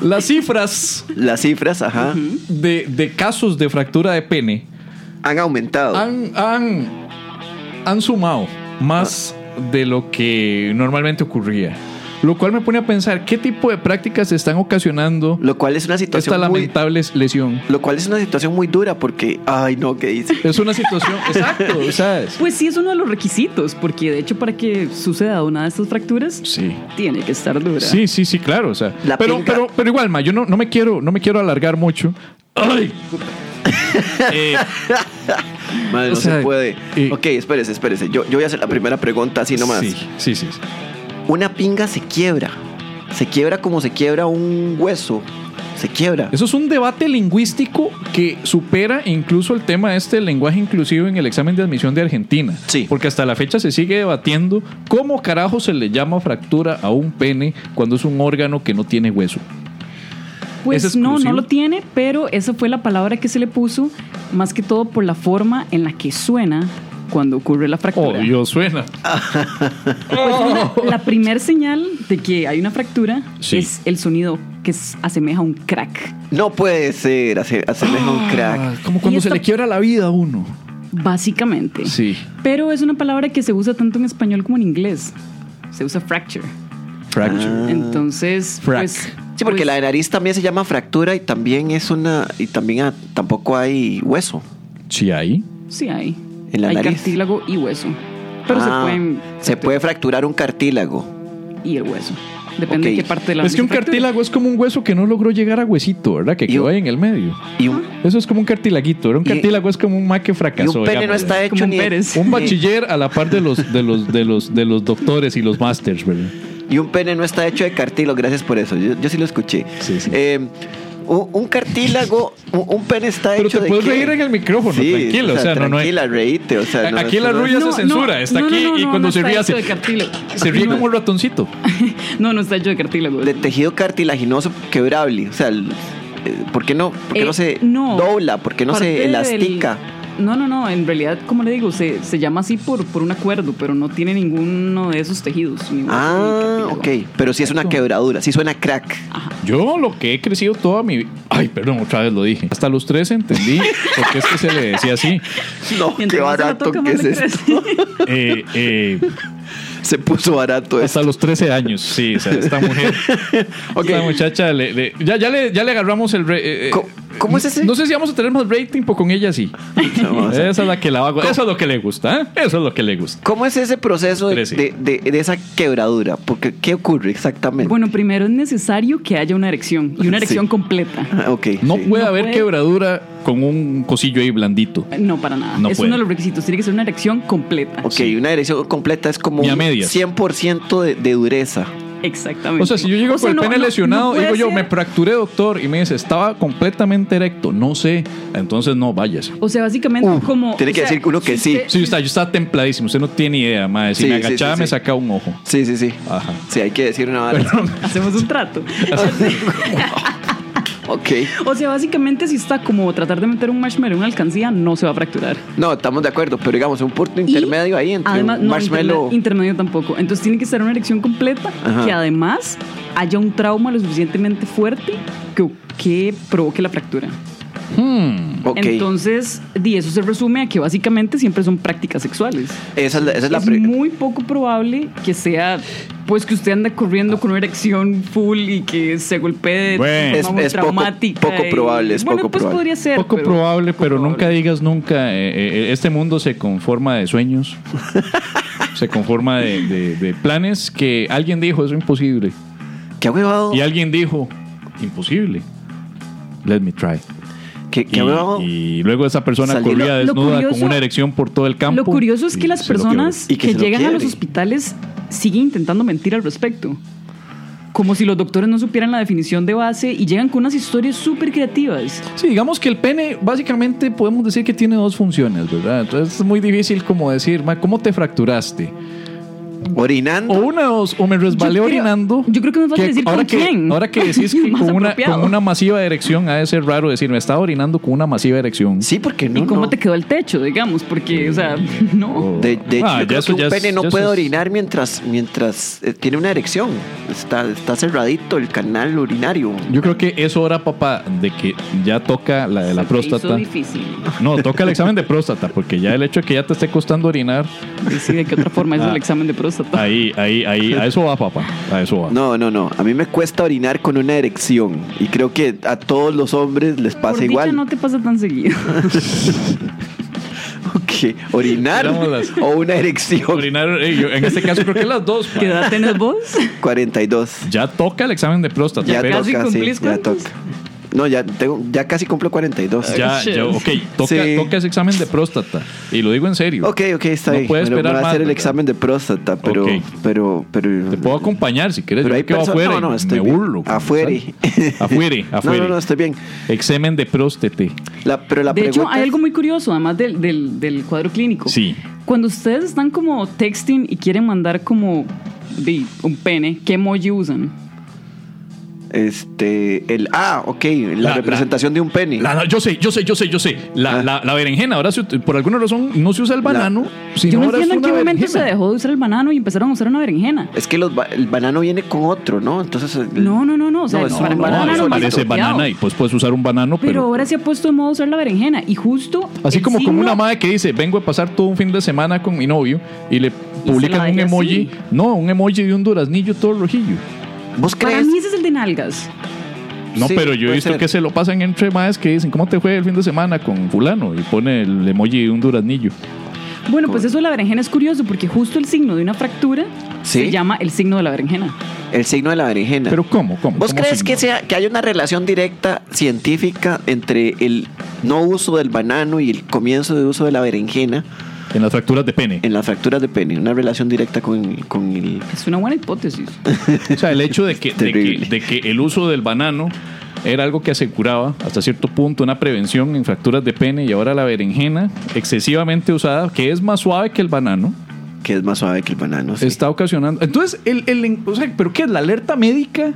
Speaker 1: Las cifras
Speaker 2: Las cifras, ajá,
Speaker 1: de, de casos de fractura de pene
Speaker 2: han aumentado.
Speaker 1: han, han, han sumado más de lo que normalmente ocurría. Lo cual me pone a pensar qué tipo de prácticas están ocasionando
Speaker 2: lo cual es una
Speaker 1: esta
Speaker 2: situación muy,
Speaker 1: lamentable lesión.
Speaker 2: lo cual es una situación muy dura porque ay, no, qué dice.
Speaker 1: Es una situación, exacto, ¿sabes?
Speaker 4: Pues sí, es uno de los requisitos, porque de hecho para que suceda una de estas fracturas,
Speaker 1: Sí.
Speaker 4: tiene que estar dura.
Speaker 1: Sí, sí, sí, claro. O sea,
Speaker 2: La
Speaker 1: pero,
Speaker 2: pinga.
Speaker 1: pero, pero igual, ma, yo no, no me quiero, no me quiero alargar mucho. Ay, puta. Eh,
Speaker 2: Madre, no
Speaker 1: O sea,
Speaker 2: se puede.
Speaker 1: y-
Speaker 2: ok, espérese, espérese. Yo, yo voy a hacer la primera pregunta así nomás.
Speaker 1: Sí, sí, sí. sí.
Speaker 2: Una pinga se quiebra. Se quiebra como se quiebra un hueso. Se quiebra.
Speaker 1: Eso es un debate lingüístico que supera incluso el tema este del lenguaje inclusivo en el examen de admisión de Argentina.
Speaker 2: Sí.
Speaker 1: Porque hasta la fecha se sigue debatiendo cómo carajo se le llama fractura a un pene cuando es un órgano que no tiene hueso.
Speaker 4: Pues
Speaker 1: ¿Es
Speaker 4: no, no
Speaker 1: exclusivo?
Speaker 4: lo tiene, pero esa fue la palabra que se le puso, más que todo por la forma en la que suena cuando ocurre la fractura.
Speaker 1: Obvio, suena.
Speaker 4: Pues una- la primer señal de que hay una fractura
Speaker 1: Sí.
Speaker 4: es el sonido que es- asemeja a un crack.
Speaker 2: No puede ser, hace- asemeja un
Speaker 1: Ah,
Speaker 2: crack.
Speaker 1: como cuando
Speaker 4: Y
Speaker 1: se
Speaker 4: esta-
Speaker 1: le quiebra la vida a uno.
Speaker 4: Básicamente.
Speaker 1: Sí.
Speaker 4: Pero es una palabra que se usa tanto en español como en inglés. Se usa fracture.
Speaker 1: Fracture.
Speaker 4: Entonces,
Speaker 1: Frac.
Speaker 4: pues.
Speaker 2: Ah. Sí, porque
Speaker 4: pues,
Speaker 2: la de nariz también se llama fractura y también es una y también ah, tampoco hay hueso.
Speaker 1: Sí, ahí.
Speaker 4: Sí, hay.
Speaker 2: En la
Speaker 4: hay
Speaker 2: nariz.
Speaker 4: cartílago y hueso. Pero se
Speaker 2: Ah,
Speaker 4: pueden.
Speaker 2: se puede fracturar un cartílago.
Speaker 4: Y el hueso. Depende
Speaker 2: Ok.
Speaker 4: de qué parte de la
Speaker 1: Es que un
Speaker 4: nariz se fractura.
Speaker 1: cartílago es como un hueso que no logró llegar a huesito, ¿verdad? Que quedó
Speaker 2: Y-
Speaker 1: ahí en el medio.
Speaker 2: Y un,
Speaker 1: Eso es como un cartilaguito, ¿verdad? Un
Speaker 2: Y-
Speaker 1: cartílago es como un ma que
Speaker 2: y un
Speaker 1: fracasó.
Speaker 2: pene no
Speaker 1: digamos.
Speaker 2: está hecho
Speaker 4: Como un
Speaker 2: ni de-
Speaker 4: Pérez.
Speaker 1: Un
Speaker 2: ni-
Speaker 1: bachiller a la par de los, de los, de los, de los doctores y los masters, ¿verdad?
Speaker 2: Y un pene no está hecho de cartílago, gracias por eso. Yo, yo sí lo escuché.
Speaker 1: Sí, sí.
Speaker 2: Eh, un, un cartílago, un, un pene está
Speaker 1: Pero
Speaker 2: hecho
Speaker 1: te
Speaker 2: de
Speaker 1: puedes
Speaker 2: qué?
Speaker 1: reír en el micrófono, tranquilo, o sea, no, no hay-
Speaker 2: Tranquila, reíte, o sea, no,
Speaker 1: Aquí
Speaker 2: eso
Speaker 1: la
Speaker 2: no-
Speaker 1: rulla se
Speaker 4: No,
Speaker 1: censura,
Speaker 4: no,
Speaker 1: está
Speaker 4: no,
Speaker 1: aquí
Speaker 4: no, no,
Speaker 1: y
Speaker 4: no,
Speaker 1: cuando
Speaker 4: no
Speaker 1: se
Speaker 4: está
Speaker 1: ríe
Speaker 4: hecho
Speaker 1: hace-
Speaker 4: de cartílago.
Speaker 1: se ríe
Speaker 4: No.
Speaker 1: como un ratoncito.
Speaker 4: No, no está hecho de cartílago.
Speaker 2: De tejido cartilaginoso quebrable, o sea, el- eh, ¿por qué no, por qué
Speaker 4: Eh,
Speaker 2: no se
Speaker 4: no.
Speaker 2: dobla? ¿Por qué no
Speaker 4: Parte
Speaker 2: se
Speaker 4: del-
Speaker 2: elastica?
Speaker 4: No, no, no. En realidad, como le digo, se, se llama así por, por un acuerdo, pero no tiene ninguno de esos tejidos. ni hueso, ni
Speaker 2: Ah, ok,
Speaker 4: cartílago.
Speaker 2: pero sí es una quebradura, sí suena crack.
Speaker 4: Ah,
Speaker 1: Yo lo que he crecido toda mi vida. Ay, perdón, otra vez lo dije. Hasta los tres entendí por qué es que se le decía así.
Speaker 2: No,
Speaker 4: Mientras
Speaker 2: qué
Speaker 4: más se la
Speaker 2: barato
Speaker 4: toca,
Speaker 2: que
Speaker 4: más
Speaker 2: es
Speaker 4: le
Speaker 2: esto.
Speaker 4: crece.
Speaker 1: Eh, eh,
Speaker 2: Se puso barato esto.
Speaker 1: hasta los 13 años, sí, o sea, esta mujer.
Speaker 2: Ok.
Speaker 1: Esta muchacha, le, le- ya, ya, le, ya le agarramos el. re- eh, eh,
Speaker 2: Co- ¿Cómo es ese?
Speaker 1: No sé si vamos a tener más rating, pero con ella sí.
Speaker 2: No, vamos a-
Speaker 1: Esa es la que la hago. Eso es lo que le gusta, ¿eh? Eso es lo que le gusta.
Speaker 2: ¿Cómo es ese proceso de,
Speaker 1: Trece.
Speaker 2: de- de- de esa quebradura? Porque, ¿Qué ocurre exactamente?
Speaker 4: Bueno, primero es necesario que haya una erección y una erección
Speaker 2: Sí.
Speaker 4: completa.
Speaker 2: Ah, ok.
Speaker 1: No
Speaker 2: sí.
Speaker 1: puede
Speaker 4: No
Speaker 1: haber
Speaker 4: puede.
Speaker 1: quebradura con un cosillo ahí blandito.
Speaker 4: No, para nada.
Speaker 1: No
Speaker 4: es
Speaker 1: puede.
Speaker 4: uno de los requisitos. Tiene que ser una erección completa.
Speaker 2: Ok, una dirección completa es como
Speaker 1: Ni a
Speaker 2: un
Speaker 1: medias.
Speaker 2: 100% de, de dureza.
Speaker 4: Exactamente.
Speaker 1: O sea, si yo llego
Speaker 4: O sea,
Speaker 1: con el
Speaker 4: no-
Speaker 1: pene
Speaker 4: no-
Speaker 1: lesionado,
Speaker 4: no puede
Speaker 1: digo yo,
Speaker 4: ser-
Speaker 1: me fracturé, doctor, y me dice, estaba completamente erecto, no sé, entonces no, váyase.
Speaker 4: O sea, básicamente como.
Speaker 2: tiene
Speaker 4: o
Speaker 2: que
Speaker 4: sea,
Speaker 2: decir uno que
Speaker 4: si
Speaker 2: sí.
Speaker 4: usted-
Speaker 1: Sí, yo estaba, yo estaba templadísimo, usted no tiene idea, madre. Si
Speaker 2: Sí,
Speaker 1: me
Speaker 2: sí,
Speaker 1: agachaba,
Speaker 2: sí, sí.
Speaker 1: me sacaba un ojo.
Speaker 2: Sí, sí, sí.
Speaker 1: Ajá.
Speaker 2: Sí, hay que decir una vara.
Speaker 4: Hacemos un trato.
Speaker 2: ok.
Speaker 4: O sea, básicamente, si está como tratar de meter un marshmallow en una alcancía, no se va a fracturar.
Speaker 2: No, estamos de acuerdo, pero digamos, un punto
Speaker 4: Y
Speaker 2: intermedio ahí entre
Speaker 4: además,
Speaker 2: un
Speaker 4: no,
Speaker 2: marshmallow.
Speaker 4: interme- intermedio tampoco. Entonces tiene que ser una erección completa
Speaker 2: Ajá.
Speaker 4: que además haya un trauma lo suficientemente fuerte que, que provoque la fractura.
Speaker 2: ok.
Speaker 4: Entonces, y eso se resume a que básicamente siempre son prácticas sexuales.
Speaker 2: esa es la, esa es la
Speaker 4: es
Speaker 2: pri-
Speaker 4: muy poco probable que sea, pues que usted anda corriendo con una erección full y que se golpee de
Speaker 1: Bueno.
Speaker 4: forma muy
Speaker 2: Es- es poco-
Speaker 4: traumática
Speaker 2: poco
Speaker 4: y-
Speaker 2: probable, es
Speaker 4: bueno,
Speaker 2: poco
Speaker 4: pues
Speaker 2: probable.
Speaker 4: podría ser.
Speaker 1: Poco
Speaker 4: pero-
Speaker 1: probable,
Speaker 4: poco
Speaker 1: pero
Speaker 4: probable.
Speaker 1: nunca digas nunca. eh, eh, este mundo se conforma de sueños, se conforma de, de- de planes que alguien dijo, eso es imposible.
Speaker 4: Oh.
Speaker 2: ¿Qué ha huevado?
Speaker 1: Y alguien dijo, imposible. Let me try.
Speaker 2: Que, que
Speaker 1: Y,
Speaker 2: huevo.
Speaker 1: y luego esa persona
Speaker 2: Salió.
Speaker 1: corría
Speaker 4: Lo- lo
Speaker 1: desnuda con
Speaker 4: curioso-
Speaker 1: una erección por todo el campo.
Speaker 4: Lo curioso es que
Speaker 1: y
Speaker 4: las
Speaker 1: se lo
Speaker 4: personas
Speaker 2: quiebra. Y
Speaker 4: que,
Speaker 2: que se lo
Speaker 4: llegan a los
Speaker 2: quiebra.
Speaker 4: hospitales siguen intentando mentir al respecto. Como si los doctores no supieran la definición de base y llegan con unas historias súper creativas.
Speaker 3: Sí, digamos que el pene básicamente podemos decir que tiene dos funciones, ¿verdad? Entonces es muy difícil como decir, ma, ¿cómo te fracturaste?
Speaker 2: Orinando.
Speaker 4: Oh.
Speaker 3: O una de dos, o me resbalé
Speaker 4: Yo creo-
Speaker 3: orinando.
Speaker 4: yo creo que me vas a
Speaker 3: que
Speaker 4: decir
Speaker 3: ahora
Speaker 4: con
Speaker 3: que,
Speaker 4: quién.
Speaker 3: Ahora que decís
Speaker 4: Es
Speaker 3: que
Speaker 4: más
Speaker 3: con una,
Speaker 4: apropiado.
Speaker 3: con una masiva erección, ha de ser raro decir, me estaba orinando con una masiva erección.
Speaker 2: Sí, porque no.
Speaker 4: ¿Y cómo
Speaker 2: no.
Speaker 4: te quedó el techo, digamos? Porque, o sea, no.
Speaker 2: De, de hecho,
Speaker 1: Ah,
Speaker 2: yo
Speaker 1: ya
Speaker 2: creo
Speaker 1: eso
Speaker 2: que
Speaker 1: ya
Speaker 2: un
Speaker 1: es-
Speaker 2: pene no
Speaker 1: ya eso
Speaker 2: puede
Speaker 1: es-
Speaker 2: orinar mientras, mientras eh, tiene una erección. Está, está cerradito el canal urinario.
Speaker 1: Yo creo que es hora, papá, de que ya toca la de la
Speaker 4: Se te hizo
Speaker 1: próstata.
Speaker 4: difícil.
Speaker 1: No, toca el examen de próstata, porque ya el hecho de que ya te esté costando orinar,
Speaker 4: Y sí, ¿de qué otra forma es
Speaker 1: Ah.
Speaker 4: el examen de próstata?
Speaker 1: ahí, ahí, ahí, a eso va, papá. A eso va.
Speaker 2: No, no, no. A mí me cuesta orinar con una erección. Y creo que a todos los hombres les pasa
Speaker 4: Por dicha,
Speaker 2: igual.
Speaker 4: no te pasa tan seguido.
Speaker 2: que orinar
Speaker 1: Éramos las-
Speaker 2: o una erección.
Speaker 1: Orinar, eh, yo- en este caso creo que las dos.
Speaker 4: ¿Qué edad tenés vos?
Speaker 2: 42.
Speaker 1: Ya toca el examen de próstata.
Speaker 2: Ya
Speaker 1: pero-
Speaker 4: casi
Speaker 2: toca, sí,
Speaker 4: cumplís
Speaker 2: ya
Speaker 4: cuántos.
Speaker 2: toca. No, ya tengo, ya casi cumplo 42.
Speaker 1: Ya, ya, ok, toca,
Speaker 2: Sí.
Speaker 1: toca ese examen de próstata. Y lo digo en serio.
Speaker 2: Ok, ok, está
Speaker 1: No
Speaker 2: bien.
Speaker 1: puede
Speaker 2: Bueno,
Speaker 1: esperar
Speaker 2: voy a
Speaker 1: más,
Speaker 2: hacer el
Speaker 1: ¿verdad?
Speaker 2: examen de próstata, pero,
Speaker 1: Ok.
Speaker 2: pero, pero.
Speaker 1: Te puedo acompañar si quieres.
Speaker 2: Pero
Speaker 1: yo
Speaker 2: hay
Speaker 1: me quedo
Speaker 2: personas-
Speaker 1: afuera.
Speaker 2: no,
Speaker 1: y
Speaker 2: no, estoy
Speaker 1: me
Speaker 2: bien.
Speaker 1: burlo.
Speaker 2: Afuera.
Speaker 1: Afuera, afuera.
Speaker 2: No, no, no, estoy bien.
Speaker 1: Examen de próstete.
Speaker 2: La, pero la
Speaker 4: de hecho,
Speaker 2: pregunta
Speaker 4: hay
Speaker 2: es-
Speaker 4: algo muy curioso, además del, del- del cuadro clínico.
Speaker 1: Sí.
Speaker 4: Cuando ustedes están como texting y quieren mandar como de un pene, ¿qué emoji usan?
Speaker 2: Este, el ah, ok, la,
Speaker 1: La-
Speaker 2: representación de un pene.
Speaker 1: La- la- yo sé, yo sé, yo sé, yo sé. La,
Speaker 2: Ah.
Speaker 1: la- la berenjena, ahora se ut- por alguna razón no se usa el banano, sino
Speaker 4: Yo no
Speaker 1: ahora
Speaker 4: entiendo
Speaker 1: es
Speaker 4: en qué
Speaker 1: una
Speaker 4: momento se
Speaker 1: berenjena.
Speaker 4: dejó de usar el banano y empezaron a usar una berenjena.
Speaker 2: Es que los ba- el banano viene con otro, ¿no? Entonces el-
Speaker 4: No, no, no, no. O sea,
Speaker 2: No, es
Speaker 4: para
Speaker 2: un
Speaker 4: mí el
Speaker 2: banano,
Speaker 4: banano
Speaker 2: eso
Speaker 4: no es
Speaker 1: parece
Speaker 4: apropiado.
Speaker 1: banana y pues puedes usar un banano, pero,
Speaker 4: Pero ahora se ha puesto de moda usar la berenjena y justo.
Speaker 1: así
Speaker 4: el
Speaker 1: como como
Speaker 4: signo-
Speaker 1: una madre que dice, vengo a pasar todo un fin de semana con mi novio y le
Speaker 4: la
Speaker 1: publican un
Speaker 4: dejé
Speaker 1: emoji,
Speaker 4: así.
Speaker 1: no, un emoji de un duraznillo todo rojillo.
Speaker 2: ¿Vos
Speaker 4: Para
Speaker 2: crees?
Speaker 4: mí ese es el de nalgas.
Speaker 1: No,
Speaker 2: Sí,
Speaker 1: pero yo he
Speaker 2: puede
Speaker 1: visto
Speaker 2: ser.
Speaker 1: que se lo pasan entre madres que dicen, ¿cómo te fue el fin de semana con fulano? Y pone el emoji de un duraznillo.
Speaker 4: Bueno, pues eso de la berenjena es curioso porque justo el signo de una fractura
Speaker 2: Sí.
Speaker 4: se llama el signo de la berenjena.
Speaker 2: El signo de la berenjena.
Speaker 1: Pero ¿cómo? ¿Cómo?
Speaker 2: ¿Vos
Speaker 1: ¿Cómo
Speaker 2: crees
Speaker 1: se-
Speaker 2: que, sea, que hay una relación directa científica entre el no uso del banano y el comienzo de uso de la berenjena
Speaker 1: En las fracturas de pene.
Speaker 2: en las fracturas de pene? Una relación directa con, con el...
Speaker 4: Es una buena hipótesis.
Speaker 1: O sea, el hecho de que, de, que,
Speaker 2: Terrible.
Speaker 1: de que el uso del banano era algo que aseguraba hasta cierto punto una prevención en fracturas de pene y ahora la berenjena, excesivamente usada, que es más suave que el banano,
Speaker 2: que es más suave que el banano. sí.
Speaker 1: está ocasionando. Entonces, el, el- o sea, ¿pero qué es la alerta médica?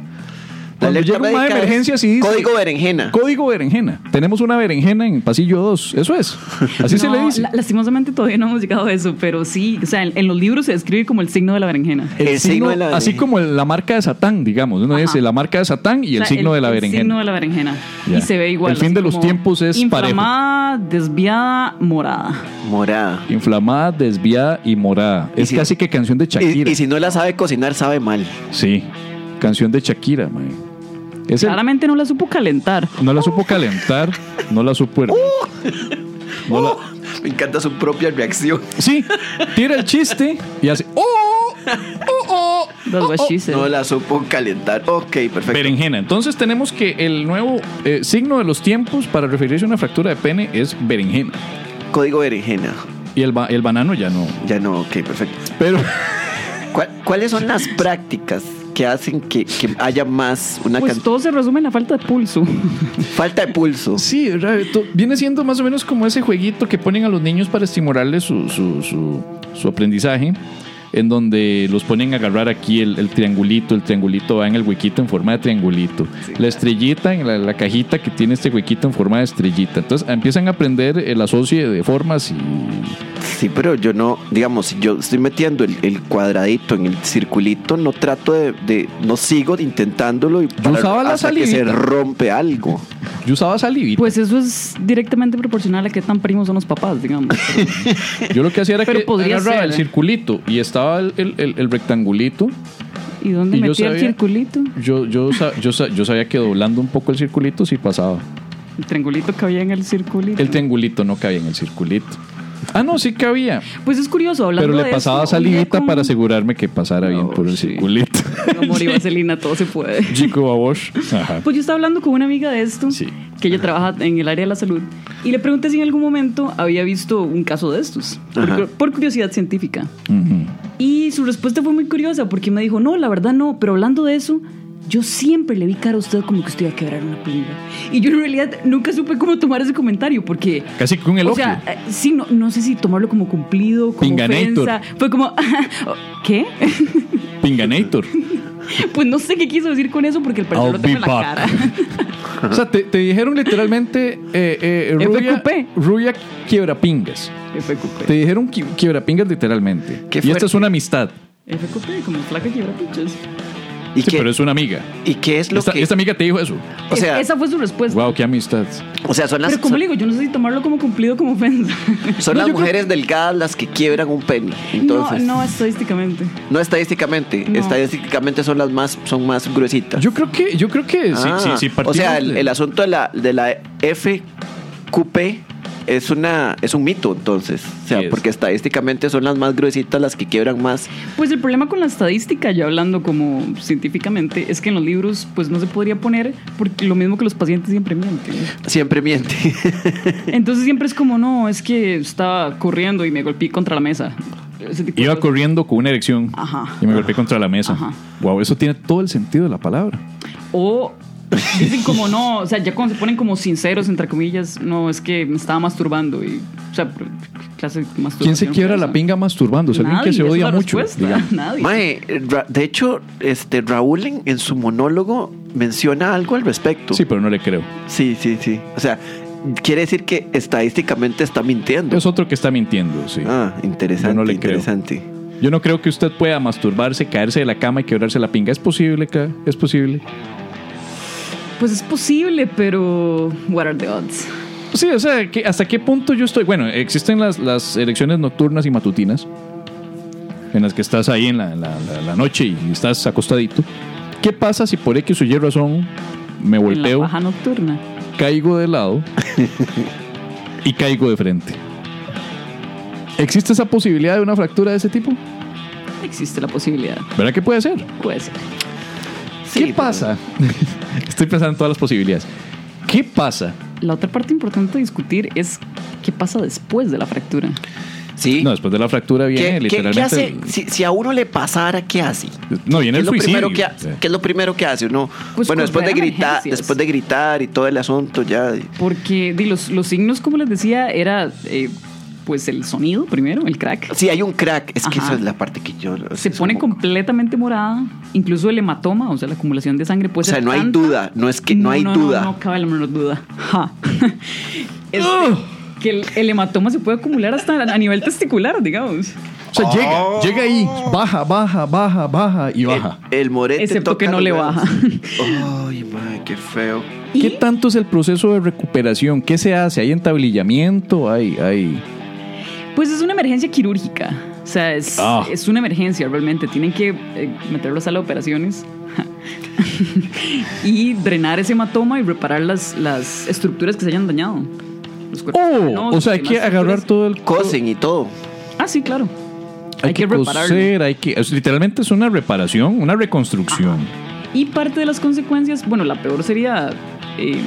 Speaker 2: La
Speaker 1: Cuando
Speaker 2: alerta
Speaker 1: llega una
Speaker 2: médica es
Speaker 1: emergencia, sí dice.
Speaker 2: Código berenjena.
Speaker 1: Código berenjena. Tenemos una berenjena en pasillo 2. Eso es. Así se
Speaker 4: No,
Speaker 1: le dice.
Speaker 4: la- lastimosamente todavía no hemos llegado a eso, pero sí, o sea, en, en los libros se describe como el signo de la berenjena.
Speaker 2: El signo de la
Speaker 1: así
Speaker 2: berenjena.
Speaker 1: como el- la marca de Satán, digamos. Uno dice la marca de Satán y el
Speaker 4: O sea,
Speaker 1: signo de la
Speaker 4: El signo
Speaker 1: berenjena.
Speaker 4: de la berenjena.
Speaker 1: Ya.
Speaker 4: Y se ve igual.
Speaker 1: El fin
Speaker 4: así
Speaker 1: de los
Speaker 4: como
Speaker 1: tiempos es
Speaker 4: Inflamada, desviada, morada.
Speaker 2: Morada.
Speaker 1: Inflamada, desviada y morada.
Speaker 2: Y
Speaker 1: es
Speaker 2: si-
Speaker 1: casi que canción de
Speaker 2: Y,
Speaker 1: Shakira.
Speaker 2: y si no la sabe cocinar, sabe mal.
Speaker 1: Sí, canción de Shakira, mae. Es el-
Speaker 4: Claramente no la supo calentar.
Speaker 1: no la supo calentar, no la supo. her- No la-
Speaker 2: ¡Oh! Me encanta su propia reacción.
Speaker 1: Sí, tira el chiste y hace. ¡Oh! ¡Oh! ¡Oh!
Speaker 4: That's what she said.
Speaker 2: No la supo calentar. Ok, perfecto.
Speaker 1: Berenjena. Entonces tenemos que el nuevo eh, signo de los tiempos para referirse a una fractura de pene es berenjena.
Speaker 2: Código berenjena.
Speaker 1: Y el, ba- el banano ya no.
Speaker 2: Ya no, ok, perfecto.
Speaker 1: Pero.
Speaker 2: ¿Cuál- ¿Cuáles son las prácticas que hacen que, que haya más una
Speaker 4: Pues
Speaker 2: can-
Speaker 4: todo se resume en la falta de pulso.
Speaker 2: falta de pulso?
Speaker 1: Sí, ¿verdad? To- viene siendo más o menos como ese jueguito que ponen a los niños para estimularles su, su, su- su aprendizaje, en donde los ponen a agarrar aquí el, el triangulito, el triangulito va en el huequito en forma de triangulito, la estrellita en la, la cajita que tiene este huequito en forma de estrellita. Entonces empiezan a aprender el asocio de formas y...
Speaker 2: Sí, pero yo no, digamos, si yo estoy metiendo el, el cuadradito en el circulito, no trato de, de- no sigo intentándolo y para-
Speaker 1: usaba la
Speaker 2: hasta que se
Speaker 1: salivita.
Speaker 2: rompe algo.
Speaker 1: Yo usaba salivita.
Speaker 4: Pues eso es directamente proporcional a qué tan primos son los papás, digamos.
Speaker 1: Yo lo que hacía era
Speaker 4: Pues, Pero
Speaker 1: que
Speaker 4: podría
Speaker 1: agarraba
Speaker 4: ser,
Speaker 1: el
Speaker 4: ¿eh?
Speaker 1: circulito y estaba el- el- el- el rectangulito.
Speaker 4: ¿Y dónde
Speaker 1: Y yo
Speaker 4: metí el
Speaker 1: sabía-
Speaker 4: circulito?
Speaker 1: Yo, yo, sa- yo, sa- yo sabía que doblando un poco el circulito sí pasaba.
Speaker 4: El triangulito que había en el circulito.
Speaker 1: El triangulito no cabía en el circulito. Ah, no, sí cabía.
Speaker 4: Pues es curioso, hablando
Speaker 1: pero le
Speaker 4: de
Speaker 1: pasaba
Speaker 4: esto, un día
Speaker 1: salivita
Speaker 4: con-
Speaker 1: para asegurarme que pasara bien por el
Speaker 4: sí.
Speaker 1: circulito.
Speaker 4: Amor y vaselina, todo se puede.
Speaker 1: Chico Babosh. Ajá.
Speaker 4: Pues yo estaba hablando con una amiga de esto,
Speaker 1: Sí.
Speaker 4: que ella trabaja en el área de la salud, y le pregunté si en algún momento había visto un caso de estos,
Speaker 2: Ajá.
Speaker 4: por, por curiosidad científica. Y su respuesta fue muy curiosa, porque me dijo, no, la verdad no, pero hablando de eso, yo siempre le vi cara a usted como que usted iba a quebrar una pinga. Y yo en realidad nunca supe cómo tomar ese comentario, porque...
Speaker 1: Casi que un
Speaker 4: O
Speaker 1: elogio.
Speaker 4: sea, eh, sí, no, no sé si tomarlo como cumplido, como
Speaker 1: Pinganator.
Speaker 4: ofensa. Fue como, ¿qué?
Speaker 1: Pinganator.
Speaker 4: Pues no sé qué quiso decir con eso porque el
Speaker 1: I'll
Speaker 4: parecer lo tengo en
Speaker 1: be
Speaker 4: la
Speaker 1: back.
Speaker 4: cara.
Speaker 3: O sea, te, te dijeron literalmente eh, eh, rubia,
Speaker 4: FQP.
Speaker 3: rubia quiebrapingas.
Speaker 4: FQP.
Speaker 3: Te dijeron qui- quiebrapingas literalmente.
Speaker 2: Qué
Speaker 3: y esta es
Speaker 2: fuerte.
Speaker 3: una amistad.
Speaker 4: FQP, como flaca quiebra pinches.
Speaker 2: ¿Y,
Speaker 1: Sí,
Speaker 2: qué,
Speaker 1: pero es una amiga.
Speaker 2: ¿Y qué es lo
Speaker 1: Esta,
Speaker 2: que.?
Speaker 1: esta amiga te dijo eso.
Speaker 2: o, sea,
Speaker 4: Esa fue su respuesta.
Speaker 3: Wow, qué amistad.
Speaker 2: o sea, son las,
Speaker 4: Pero como
Speaker 2: son,
Speaker 4: le digo, yo no sé si tomarlo como cumplido o como ofensa.
Speaker 2: son las mujeres delgadas las que quiebran un pene. Entonces,
Speaker 4: no,
Speaker 2: no,
Speaker 4: no estadísticamente.
Speaker 2: estadísticamente.
Speaker 4: No.
Speaker 2: Estadísticamente son las más, son más gruesitas.
Speaker 3: Yo creo que, yo creo que sí.
Speaker 2: Ah,
Speaker 1: sí, sí,
Speaker 2: o sea, el,
Speaker 1: partimos de-
Speaker 2: el asunto de la, de la FQP es una es un mito entonces, o sea,
Speaker 1: Sí es.
Speaker 2: porque estadísticamente son las más gruesitas las que quiebran más.
Speaker 4: Pues el problema con la estadística, yo hablando como científicamente, es que en los libros pues no se podría poner porque lo mismo que los pacientes siempre mienten.
Speaker 2: Siempre miente.
Speaker 4: Entonces siempre es como, no, es que estaba corriendo y me golpeé contra la mesa. Ese tipo de
Speaker 1: Iba
Speaker 4: cosas.
Speaker 1: corriendo con una erección
Speaker 4: Ajá.
Speaker 1: y me golpeé contra la mesa.
Speaker 4: Ajá.
Speaker 3: Wow, eso tiene todo el sentido de la palabra.
Speaker 4: O dicen como no, o sea, ya cuando se ponen como sinceros, entre comillas, no, es que me estaba masturbando y, o sea, pero, ¿qué clase de masturbación.
Speaker 3: ¿Quién se quiebra
Speaker 4: fue
Speaker 3: la
Speaker 4: esa?
Speaker 3: pinga masturbándose? Alguien
Speaker 4: Nadie,
Speaker 3: que se
Speaker 4: esa es
Speaker 3: odia
Speaker 4: la
Speaker 3: mucho.
Speaker 4: respuesta,
Speaker 3: digamos.
Speaker 4: Nadie.
Speaker 2: Mae, Ra- de hecho, este Raúl en, en su monólogo menciona algo al respecto.
Speaker 1: Sí, pero no le creo.
Speaker 2: sí, sí, sí. O sea, quiere decir que estadísticamente está mintiendo.
Speaker 1: Es otro que está mintiendo, sí.
Speaker 2: Ah, interesante,
Speaker 1: Yo no le creo.
Speaker 2: interesante.
Speaker 1: Yo no creo que usted pueda masturbarse, caerse de la cama y quebrarse la pinga. Es posible, ca- es posible.
Speaker 4: Pues es posible, pero what are the odds?
Speaker 1: Pues Sí, o sea, que ¿hasta qué punto yo estoy? Bueno, existen las, las erecciones nocturnas y matutinas, en las que estás ahí en la, en la- la- la noche y estás acostadito. ¿Qué pasa si por X o Y razón me
Speaker 4: En la
Speaker 1: volteo,
Speaker 4: baja nocturna.
Speaker 1: caigo de lado y caigo de frente? ¿Existe esa posibilidad de una fractura de ese tipo?
Speaker 4: Existe la posibilidad.
Speaker 1: ¿Verdad que puede ser?
Speaker 4: Puede ser.
Speaker 2: Sí,
Speaker 1: ¿Qué pasa? Estoy pensando en todas las posibilidades. ¿Qué pasa?
Speaker 4: La otra parte importante a discutir es qué pasa después de la fractura.
Speaker 2: Sí.
Speaker 1: No, después de la fractura
Speaker 2: ¿Qué-
Speaker 1: viene
Speaker 2: qué- qué
Speaker 1: literalmente.
Speaker 2: hace?
Speaker 1: el-
Speaker 2: Si, si a uno le pasara, ¿qué hace?
Speaker 1: no, viene
Speaker 2: ¿Qué
Speaker 1: el
Speaker 2: es, lo
Speaker 1: suicidio.
Speaker 2: primero que ha-
Speaker 1: o sea.
Speaker 2: qué es lo primero que hace uno?
Speaker 4: Pues
Speaker 2: bueno, después de
Speaker 4: correr a
Speaker 2: gritar,
Speaker 4: emergencias.
Speaker 2: después de gritar y todo el asunto ya.
Speaker 4: Porque di, los, los signos, como les decía, era eh, pues el sonido primero, el crack.
Speaker 2: Sí, hay un crack, es que
Speaker 4: Ajá.
Speaker 2: esa es la parte que yo
Speaker 4: se pone completamente morada, incluso el hematoma, o sea, la acumulación de sangre
Speaker 2: O
Speaker 4: puede
Speaker 2: sea,
Speaker 4: ser
Speaker 2: no hay
Speaker 4: tanta-
Speaker 2: duda, no es que no hay duda.
Speaker 4: No, no cabe la menor duda. Ja. Este, que el, el hematoma se puede acumular hasta a nivel testicular, digamos.
Speaker 3: O sea, llega, llega ahí, baja, baja, baja, baja y baja.
Speaker 2: El, el morete
Speaker 4: Excepto
Speaker 2: toca
Speaker 4: que no
Speaker 2: los
Speaker 4: le
Speaker 2: huevos.
Speaker 4: baja.
Speaker 2: Ay, madre, qué feo.
Speaker 1: ¿Qué tanto es el proceso de recuperación? ¿Qué se hace? ¿Hay entablillamiento? ¿Hay, hay...
Speaker 4: Pues es una emergencia quirúrgica. O sea, es,
Speaker 1: Ah.
Speaker 4: es una emergencia realmente. Tienen que eh, meterlo a sala de operaciones y drenar ese hematoma y reparar las, las estructuras que se hayan dañado. Los cuerpos
Speaker 1: Oh,
Speaker 4: venosos
Speaker 1: o sea,
Speaker 4: y
Speaker 1: hay que
Speaker 4: demás
Speaker 1: agarrar
Speaker 4: estructuras.
Speaker 1: todo el...
Speaker 2: Cosen y todo.
Speaker 4: Ah, sí, claro.
Speaker 1: Hay, que,
Speaker 4: repararlo.
Speaker 1: coser, hay que... es- literalmente es una reparación, una reconstrucción.
Speaker 4: Y parte de las consecuencias, bueno, la peor sería eh,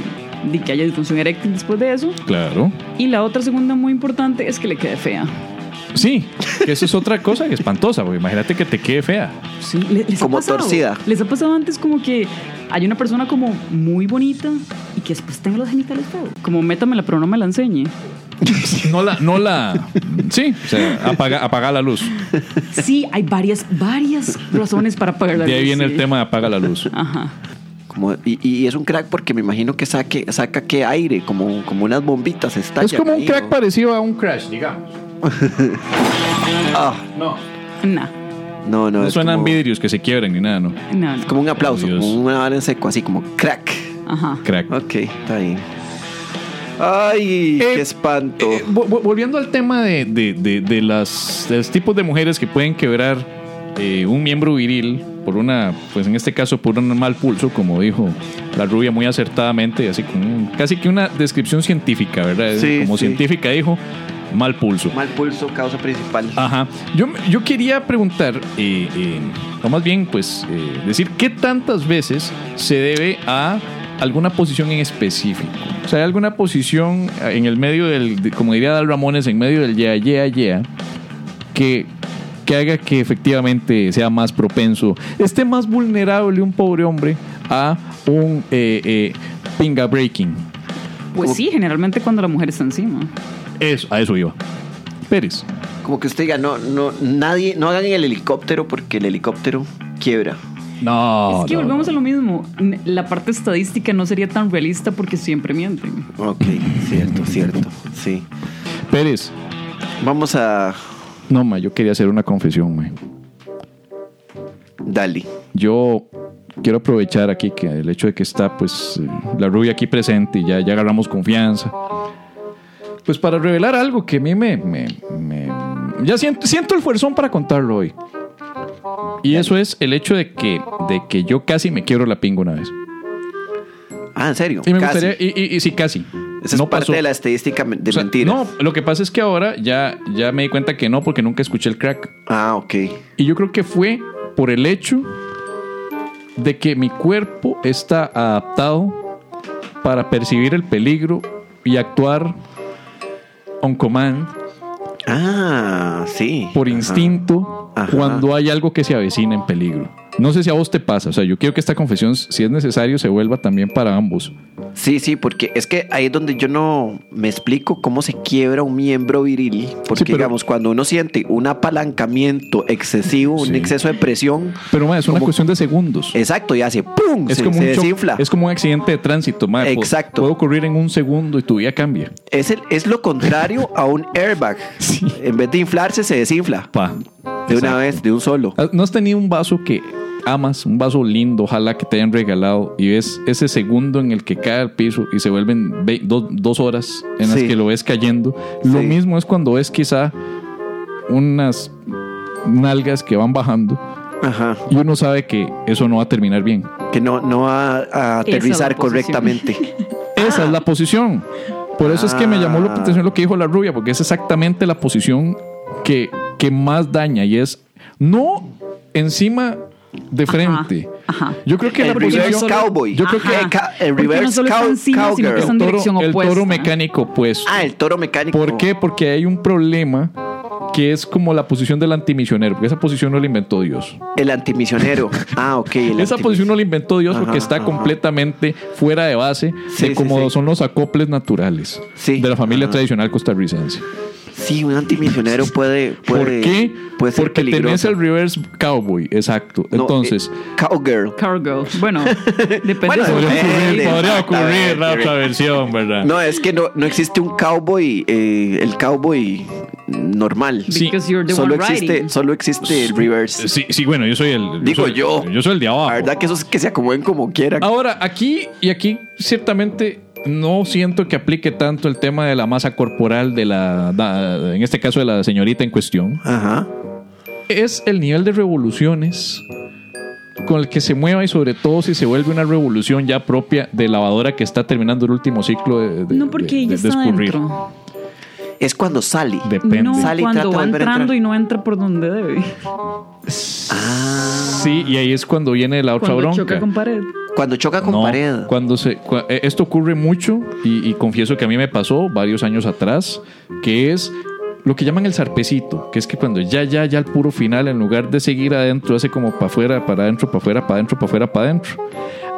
Speaker 4: de que haya disfunción eréctil después de eso.
Speaker 1: Claro.
Speaker 4: Y la otra segunda muy importante es que le quede fea.
Speaker 1: Sí, que eso es otra cosa espantosa, porque imagínate que te quede fea.
Speaker 4: Sí, le- les ha
Speaker 2: Como
Speaker 4: pasado.
Speaker 2: torcida.
Speaker 4: Les ha pasado antes como que hay una persona como muy bonita y que después tenga los genitales feos. Como métamela, pero no me la enseñe.
Speaker 1: No la... No la sí, o sea, apaga, apaga la luz.
Speaker 4: Sí, hay varias, varias razones para apagar la
Speaker 1: De ahí
Speaker 4: luz,
Speaker 1: viene el
Speaker 4: sí.
Speaker 1: tema de apaga la luz.
Speaker 4: Ajá.
Speaker 2: Como, y, y es un crack porque me imagino que saque, saca que aire, como, como unas bombitas estallan.
Speaker 3: Es como un
Speaker 2: ahí,
Speaker 3: crack
Speaker 2: ¿no?
Speaker 3: parecido a un crash, digamos.
Speaker 2: Ah,
Speaker 4: No,
Speaker 2: no, no.
Speaker 1: No
Speaker 2: es
Speaker 1: suenan
Speaker 2: como,
Speaker 1: vidrios que se quiebran ni nada, ¿no?
Speaker 4: no, no.
Speaker 2: como un aplauso,
Speaker 1: Oh, Dios.
Speaker 2: como una vara en seco, así como crack.
Speaker 4: Ajá.
Speaker 1: Crack.
Speaker 2: Ok, está bien. Ay, qué espanto.
Speaker 1: Eh, vo- vo- volviendo al tema de, de- de- de las, de los tipos de mujeres que pueden quebrar eh, un miembro viril por una, pues en este caso por un mal pulso, como dijo la rubia muy acertadamente, así con un- casi que una descripción científica, ¿verdad?
Speaker 2: Sí,
Speaker 1: como
Speaker 2: sí.
Speaker 1: científica dijo, mal pulso.
Speaker 2: Mal pulso, causa principal.
Speaker 1: Ajá. Yo, yo quería preguntar, eh, eh, o más bien, pues, eh, decir qué tantas veces se debe a alguna posición en específico. O sea, hay alguna posición en el medio del, de- como diría Dal Ramones, en medio del yeah, yeah, yeah, que, que haga que efectivamente sea más propenso, esté más vulnerable un pobre hombre a un eh, eh, pinga breaking.
Speaker 4: Pues sí, generalmente cuando la mujer está encima.
Speaker 1: Eso, a eso iba. Pérez.
Speaker 2: Como que usted diga, no, no, nadie, no hagan el helicóptero porque el helicóptero quiebra.
Speaker 1: No.
Speaker 4: es que
Speaker 1: no,
Speaker 4: volvemos
Speaker 1: no.
Speaker 4: a lo mismo. N- La parte estadística no sería tan realista porque siempre mienten.
Speaker 2: Ok, cierto, cierto. Sí.
Speaker 1: Pérez.
Speaker 2: Vamos a
Speaker 1: No, ma, yo quería hacer una confesión, ma.
Speaker 2: Dali.
Speaker 1: Yo quiero aprovechar aquí que el hecho de que está pues eh, la rubia aquí presente y ya, ya agarramos confianza. Pues para revelar algo que a mí me... me- me- ya siento, siento el fuerzón para contarlo hoy. Y eso es el hecho de que, de que yo casi me quiebro la pinga una vez.
Speaker 2: Ah, en serio.
Speaker 1: Y me
Speaker 2: Casi.
Speaker 1: gustaría... Y, y- y sí, casi.
Speaker 2: Esa es parte de la estadística de
Speaker 1: O sea,
Speaker 2: mentiras.
Speaker 1: No, lo que pasa es que ahora ya, ya me di cuenta que no porque nunca escuché el crack.
Speaker 2: Ah, ok.
Speaker 1: Y yo creo que fue por el hecho de que mi cuerpo está adaptado para percibir el peligro y actuar on command,
Speaker 2: Ah, sí.
Speaker 1: por
Speaker 2: Ajá.
Speaker 1: instinto,
Speaker 2: Ajá.
Speaker 1: cuando hay algo que se avecina en peligro. No sé si a vos te pasa, o sea, yo quiero que esta confesión, si es necesario, se vuelva también para ambos.
Speaker 2: Sí, sí, porque es que ahí es donde yo no me explico cómo se quiebra un miembro viril. Porque,
Speaker 1: Sí, pero-
Speaker 2: digamos, cuando uno siente un apalancamiento excesivo, un
Speaker 1: Sí.
Speaker 2: exceso de presión,
Speaker 1: Pero ma, es una
Speaker 2: Como-
Speaker 1: cuestión de segundos.
Speaker 2: exacto, y hace ¡pum!
Speaker 1: Es
Speaker 2: se,
Speaker 1: como,
Speaker 2: se
Speaker 1: un choque-
Speaker 2: desinfla.
Speaker 1: es como un accidente de tránsito, ma. Pu-
Speaker 2: Exacto.
Speaker 1: Puede ocurrir en un segundo y tu vida cambia.
Speaker 2: Es, el- es lo contrario a un airbag. En vez de inflarse, se desinfla.
Speaker 1: Pa.
Speaker 2: De una vez, de un solo.
Speaker 1: Ah, ¿No has tenido un vaso que amas, un vaso lindo, ojalá que te hayan regalado y ves ese segundo en el que cae al piso y se vuelven ve- do- dos horas en las
Speaker 2: Sí.
Speaker 1: que lo ves cayendo? Lo
Speaker 2: Sí.
Speaker 1: mismo es cuando ves quizá unas nalgas que van bajando
Speaker 2: Ajá.
Speaker 1: y uno sabe que eso no va a terminar bien.
Speaker 2: Que no, no va a aterrizar
Speaker 4: la posición.
Speaker 2: correctamente.
Speaker 1: Esa es la posición. Por eso es que me llamó la
Speaker 2: Ah.
Speaker 1: atención lo que dijo la rubia, porque es exactamente la posición que, que más daña y es no encima de frente.
Speaker 4: ajá.
Speaker 1: Yo creo que
Speaker 2: El
Speaker 1: la
Speaker 2: reverse
Speaker 1: posición-
Speaker 2: cowboy.
Speaker 1: Yo creo que
Speaker 2: Ajá.
Speaker 1: el,
Speaker 2: Eh, ca- el
Speaker 4: Porque
Speaker 2: reverse
Speaker 4: no solo están
Speaker 2: cow-
Speaker 4: encima, sino que
Speaker 2: cowgirl.
Speaker 4: están en
Speaker 1: toro,
Speaker 4: dirección
Speaker 1: el
Speaker 4: opuesta.
Speaker 1: toro mecánico, pues.
Speaker 2: Ah, el toro mecánico.
Speaker 1: ¿Por qué? Porque hay un problema que es como la posición del antimisionero, porque esa posición no la inventó Dios.
Speaker 2: El antimisionero. Ah, ok. el
Speaker 1: Esa
Speaker 2: antimi-
Speaker 1: posición no la inventó Dios porque
Speaker 2: Ajá,
Speaker 1: está
Speaker 2: ajá.
Speaker 1: completamente fuera de base
Speaker 2: Sí,
Speaker 1: de
Speaker 2: sí,
Speaker 1: cómo
Speaker 2: sí.
Speaker 1: son los acoples naturales
Speaker 2: Sí.
Speaker 1: de la familia
Speaker 2: Ajá.
Speaker 1: tradicional costarricense.
Speaker 2: Sí, un antimisionero puede, puede.
Speaker 1: ¿Por qué?
Speaker 2: Puede ser
Speaker 1: porque tenés
Speaker 2: peligroso.
Speaker 1: el reverse cowboy, exacto.
Speaker 2: No,
Speaker 1: Entonces,
Speaker 2: eh, cowgirl.
Speaker 4: Cargo. Bueno, depende
Speaker 2: Bueno,
Speaker 4: de-
Speaker 1: podría
Speaker 2: eh,
Speaker 1: ocurrir,
Speaker 2: eh,
Speaker 1: podría
Speaker 2: exactamente.
Speaker 1: ocurrir la otra versión, ¿verdad?
Speaker 2: No, es que no, no existe un cowboy, eh, el cowboy normal.
Speaker 1: Sí.
Speaker 4: Because you're the
Speaker 2: Solo
Speaker 4: one
Speaker 2: existe,
Speaker 4: riding.
Speaker 2: solo existe el reverse.
Speaker 1: Sí, sí, bueno, yo soy el.
Speaker 2: Digo
Speaker 1: soy-
Speaker 2: yo.
Speaker 1: Yo soy el de abajo. Ah.
Speaker 2: La verdad que esos que se acomoden como quieran.
Speaker 1: Ahora, aquí y aquí ciertamente no siento que aplique tanto el tema de la masa corporal de la, da- en este caso de la señorita en cuestión.
Speaker 2: Ajá.
Speaker 1: Es el nivel de revoluciones con el que se mueva y sobre todo si se vuelve una revolución ya propia de lavadora que está terminando el último ciclo de, de-
Speaker 4: No porque
Speaker 1: de-
Speaker 4: ella
Speaker 1: de- de
Speaker 4: está
Speaker 1: escurrir.
Speaker 4: adentro.
Speaker 2: Es cuando sale.
Speaker 1: Depende.
Speaker 4: No,
Speaker 2: Sale y trata
Speaker 4: cuando
Speaker 2: de
Speaker 4: va
Speaker 2: volver a
Speaker 4: entrando
Speaker 2: entrar.
Speaker 4: y no entra por donde debe.
Speaker 1: Sí, y ahí es cuando viene la otra
Speaker 4: Cuando
Speaker 1: bronca.
Speaker 4: choca con pared.
Speaker 2: Cuando choca con
Speaker 1: No,
Speaker 2: pared.
Speaker 1: Cuando se, cua- eh, esto ocurre mucho y, y confieso que a mí me pasó varios años atrás, que es lo que llaman el zarpecito, que es que cuando ya, ya, ya al puro final, en lugar de seguir adentro, hace como para afuera, para adentro, para afuera, para adentro, para afuera, para adentro.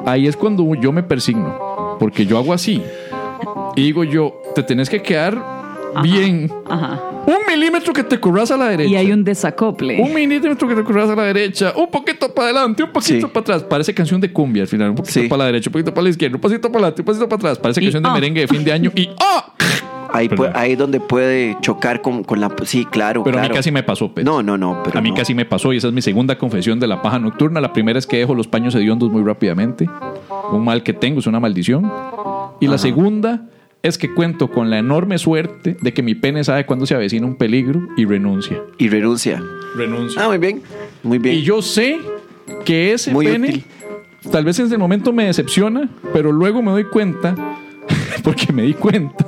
Speaker 1: Ahí es cuando yo me persigno, porque yo hago así y digo yo, te tenés que quedar bien.
Speaker 4: Ajá.
Speaker 1: Un milímetro que te corras a la derecha.
Speaker 4: Y hay un desacople.
Speaker 1: Un milímetro que te corras a la derecha, un poquito para adelante, un poquito
Speaker 2: Sí.
Speaker 1: para atrás. Parece canción de cumbia al final, un poquito
Speaker 2: Sí.
Speaker 1: para la derecha, un poquito para la izquierda, un pasito para adelante, un pasito para atrás. Parece
Speaker 4: Y
Speaker 1: canción de
Speaker 4: ah.
Speaker 1: merengue de fin de año y ¡ah!
Speaker 2: Ahí,
Speaker 1: Perdón.
Speaker 2: pu- ahí es donde puede chocar con, con la. Sí, claro.
Speaker 1: Pero a mí
Speaker 2: claro.
Speaker 1: casi me pasó, Pedro.
Speaker 2: No, no, no. Pero
Speaker 1: a mí
Speaker 2: no.
Speaker 1: casi me pasó y esa es mi segunda confesión de la paja nocturna. La primera es que dejo los paños hediondos muy rápidamente. Un mal que tengo, es una maldición. Y la segunda es que cuento con la enorme suerte de que mi pene sabe cuándo se avecina un peligro y renuncia.
Speaker 2: Y renuncia.
Speaker 1: Renuncia.
Speaker 2: Ah, muy bien. Muy bien.
Speaker 1: Y yo sé que ese
Speaker 2: Muy
Speaker 1: pene,
Speaker 2: útil.
Speaker 1: tal vez en el momento me decepciona, pero luego me doy cuenta, porque me di cuenta,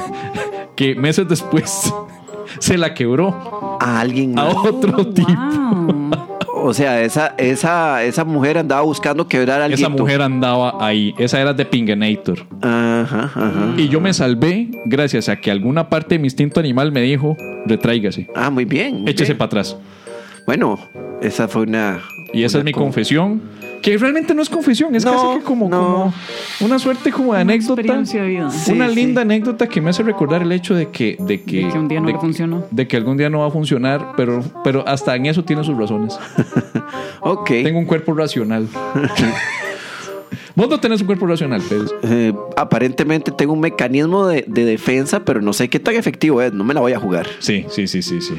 Speaker 1: que meses después se la quebró
Speaker 2: A alguien
Speaker 1: a
Speaker 2: más.
Speaker 1: otro
Speaker 4: Oh,
Speaker 1: tipo.
Speaker 4: wow.
Speaker 2: O sea, esa, esa, esa mujer andaba buscando quebrar al
Speaker 1: Esa
Speaker 2: gueto.
Speaker 1: mujer andaba ahí. Esa era de Pingenator.
Speaker 2: Ajá, ajá.
Speaker 1: Y yo me salvé gracias a que alguna parte de mi instinto animal me dijo, retráigase,
Speaker 2: Ah, muy bien. muy
Speaker 1: échese
Speaker 2: bien.
Speaker 1: para atrás.
Speaker 2: Bueno, esa fue una.
Speaker 1: Y esa es mi confesión, que realmente no es confesión, es
Speaker 2: No,
Speaker 1: casi que como,
Speaker 2: no.
Speaker 1: como una suerte como de
Speaker 4: Una
Speaker 1: anécdota.
Speaker 4: experiencia de vida.
Speaker 2: Sí,
Speaker 1: una
Speaker 2: sí.
Speaker 1: linda anécdota que me hace recordar el hecho de que, de que,
Speaker 4: De que un día no
Speaker 1: de-
Speaker 4: le funcionó.
Speaker 1: de que algún día no va a funcionar, pero, pero hasta en eso tiene sus razones.
Speaker 2: Ok.
Speaker 1: Tengo un cuerpo racional. Vos no tenés un cuerpo racional, Pérez.
Speaker 2: Eh, aparentemente tengo un mecanismo de, de defensa, pero no sé qué tan efectivo es. No me la voy a jugar.
Speaker 1: Sí, sí, sí, sí, sí.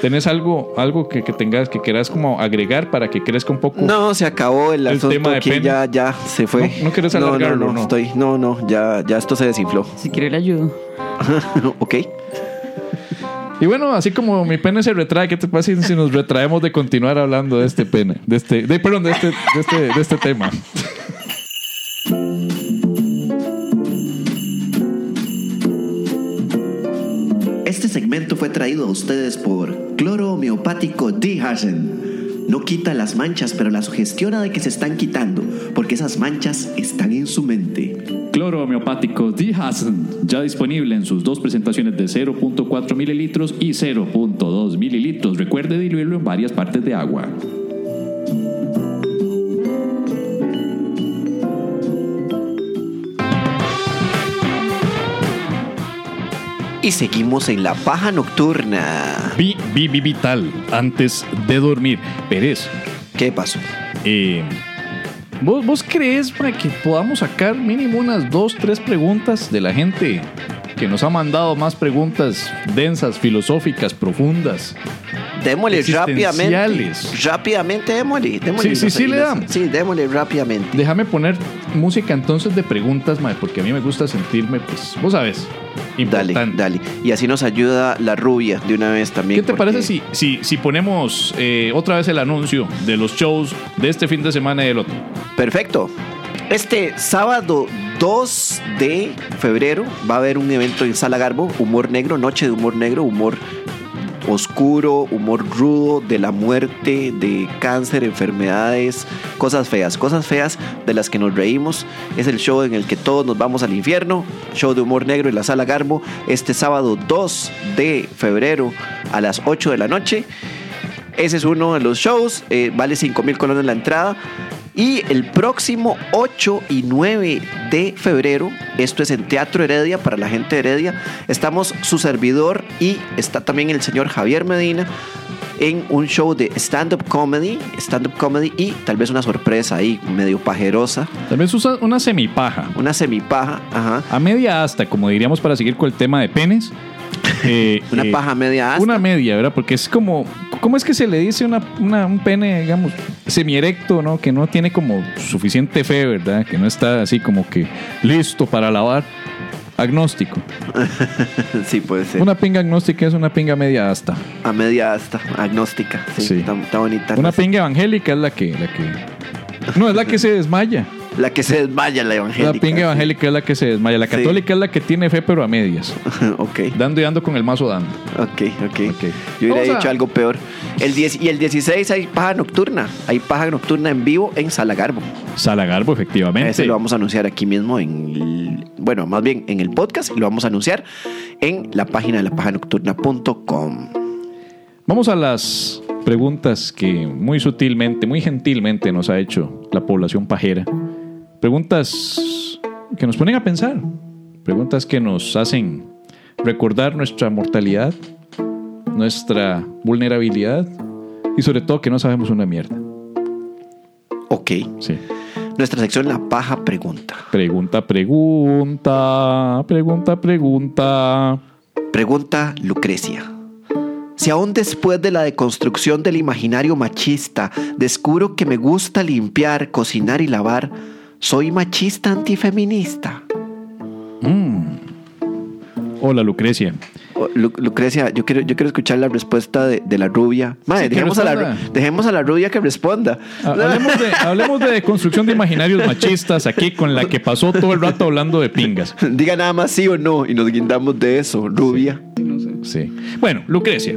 Speaker 1: ¿Tenés algo, algo que, que tengas, que quieras como agregar para que crezca un poco?
Speaker 2: No, se acabó el,
Speaker 1: El
Speaker 2: asunto
Speaker 1: tema de
Speaker 2: aquí,
Speaker 1: Penny.
Speaker 2: ya, ya se fue.
Speaker 1: No, no quieres alargarlo,
Speaker 2: no,
Speaker 1: ¿no?
Speaker 2: no, estoy, no, no, ya, ya esto se desinfló.
Speaker 4: Si quiere le ayudo.
Speaker 2: ok.
Speaker 1: Y bueno, así como mi pene se retrae, ¿qué te pasa si- si nos retraemos de continuar hablando de este pene? De este, de, perdón, de este, de este, de este tema.
Speaker 6: Este segmento fue traído a ustedes por Cloro Homeopático Dehazen. No quita las manchas, pero la sugestiona de que se están quitando, porque esas manchas están en su mente.
Speaker 8: Cloro homeopático Dihazen, ya disponible en sus dos presentaciones de 0.4 mililitros y 0.2 mililitros. Recuerde diluirlo en varias partes de agua.
Speaker 2: Y seguimos en la paja nocturna.
Speaker 1: Vi, vi, vi vital antes de dormir. Pérez,
Speaker 2: ¿Qué pasó?
Speaker 1: eh, ¿vos, ¿vos crees para que podamos sacar mínimo unas dos, tres preguntas de la gente que nos ha mandado más preguntas densas, filosóficas, profundas?
Speaker 2: Démosle rápidamente.
Speaker 1: Existenciales.
Speaker 2: Rápidamente, démosle.
Speaker 1: Sí,
Speaker 2: démosle
Speaker 1: sí,
Speaker 2: no sé,
Speaker 1: sí, le
Speaker 2: no sé.
Speaker 1: damos.
Speaker 2: Sí, démosle rápidamente.
Speaker 1: Déjame poner música entonces de preguntas, mae, porque a mí me gusta sentirme, pues, vos sabes,
Speaker 2: Dale,
Speaker 1: importante.
Speaker 2: dale. Y así nos ayuda la rubia de una vez también.
Speaker 1: ¿Qué te
Speaker 2: porque-
Speaker 1: parece si, si, si ponemos eh, otra vez el anuncio de los shows de este fin de semana y del otro?
Speaker 2: Perfecto. Este sábado 2 de febrero va a haber un evento en Sala Garbo, Humor Negro, Noche de Humor Negro, humor oscuro, humor rudo, de la muerte, de cáncer, enfermedades, cosas feas, cosas feas de las que nos reímos. Es el show en el que todos nos vamos al infierno, show de humor negro en la Sala Garbo, este sábado 2 de febrero a las 8 de la noche. Ese es uno de los shows. eh, vale 5 mil colones la entrada. Y el próximo 8 y 9 de febrero, esto es en Teatro Heredia, para la gente de Heredia, estamos su servidor y está también el señor Javier Medina en un show de stand-up comedy, stand-up comedy y tal vez una sorpresa ahí, medio pajerosa,
Speaker 1: También se usa una semipaja,
Speaker 2: una semipaja, ajá,
Speaker 1: a media asta, como diríamos para seguir con el tema de penes. Eh,
Speaker 2: una
Speaker 1: eh,
Speaker 2: paja media asta.
Speaker 1: Una media, ¿verdad? Porque es como, ¿cómo es que se le dice una, una- un pene, digamos, semierecto, ¿no? Que no tiene como suficiente fe, ¿verdad? Que no está así como que listo para lavar. Agnóstico.
Speaker 2: sí, puede ser.
Speaker 1: Una pinga agnóstica es una pinga media asta.
Speaker 2: A media asta, agnóstica. Sí,
Speaker 1: Sí.
Speaker 2: Está, está bonita.
Speaker 1: Una pinga evangélica es la que, la que. No, es la que se desmaya.
Speaker 2: La que se desmaya la evangélica.
Speaker 1: La pinga evangélica es la que se desmaya. La
Speaker 2: Sí.
Speaker 1: católica es la que tiene fe, pero a medias.
Speaker 2: ok.
Speaker 1: Dando y dando con el mazo dando.
Speaker 2: Ok, ok.
Speaker 1: Ok.
Speaker 2: Yo hubiera
Speaker 1: Vamos a-
Speaker 2: dicho algo peor. El 10 y el 16 hay paja nocturna. Hay paja nocturna en vivo en Sala Garbo.
Speaker 1: Salagarbo, efectivamente.
Speaker 2: Ese lo vamos a anunciar aquí mismo en el- bueno, más bien en el podcast y lo vamos a anunciar en la página de la paja nocturna.com.
Speaker 1: Vamos a las preguntas que muy sutilmente, muy gentilmente nos ha hecho la población pajera. Preguntas que nos ponen a pensar. Preguntas que nos hacen recordar nuestra mortalidad, nuestra vulnerabilidad y sobre todo que no sabemos una mierda.
Speaker 2: Ok.
Speaker 1: Sí.
Speaker 2: Nuestra sección La Paja Pregunta.
Speaker 1: Pregunta, pregunta, pregunta, pregunta.
Speaker 2: Pregunta Lucrecia. Si aún después de la deconstrucción del imaginario machista descubro que me gusta limpiar, cocinar y lavar, ¿soy machista antifeminista?
Speaker 1: Hola Lucrecia.
Speaker 2: Oh, Lu- Lucrecia, yo quiero, yo quiero escuchar la respuesta de, de la rubia. Madre,
Speaker 1: Sí, que
Speaker 2: dejemos, a la,
Speaker 1: responda.
Speaker 2: ru- dejemos a la rubia que responda.
Speaker 1: Ha- Ah, Hablemos de, hablemos de construcción de imaginarios machistas aquí con la que pasó todo el rato hablando de pingas.
Speaker 2: Diga nada más sí o no y nos guindamos de eso, rubia.
Speaker 1: Sí. Bueno, Lucrecia.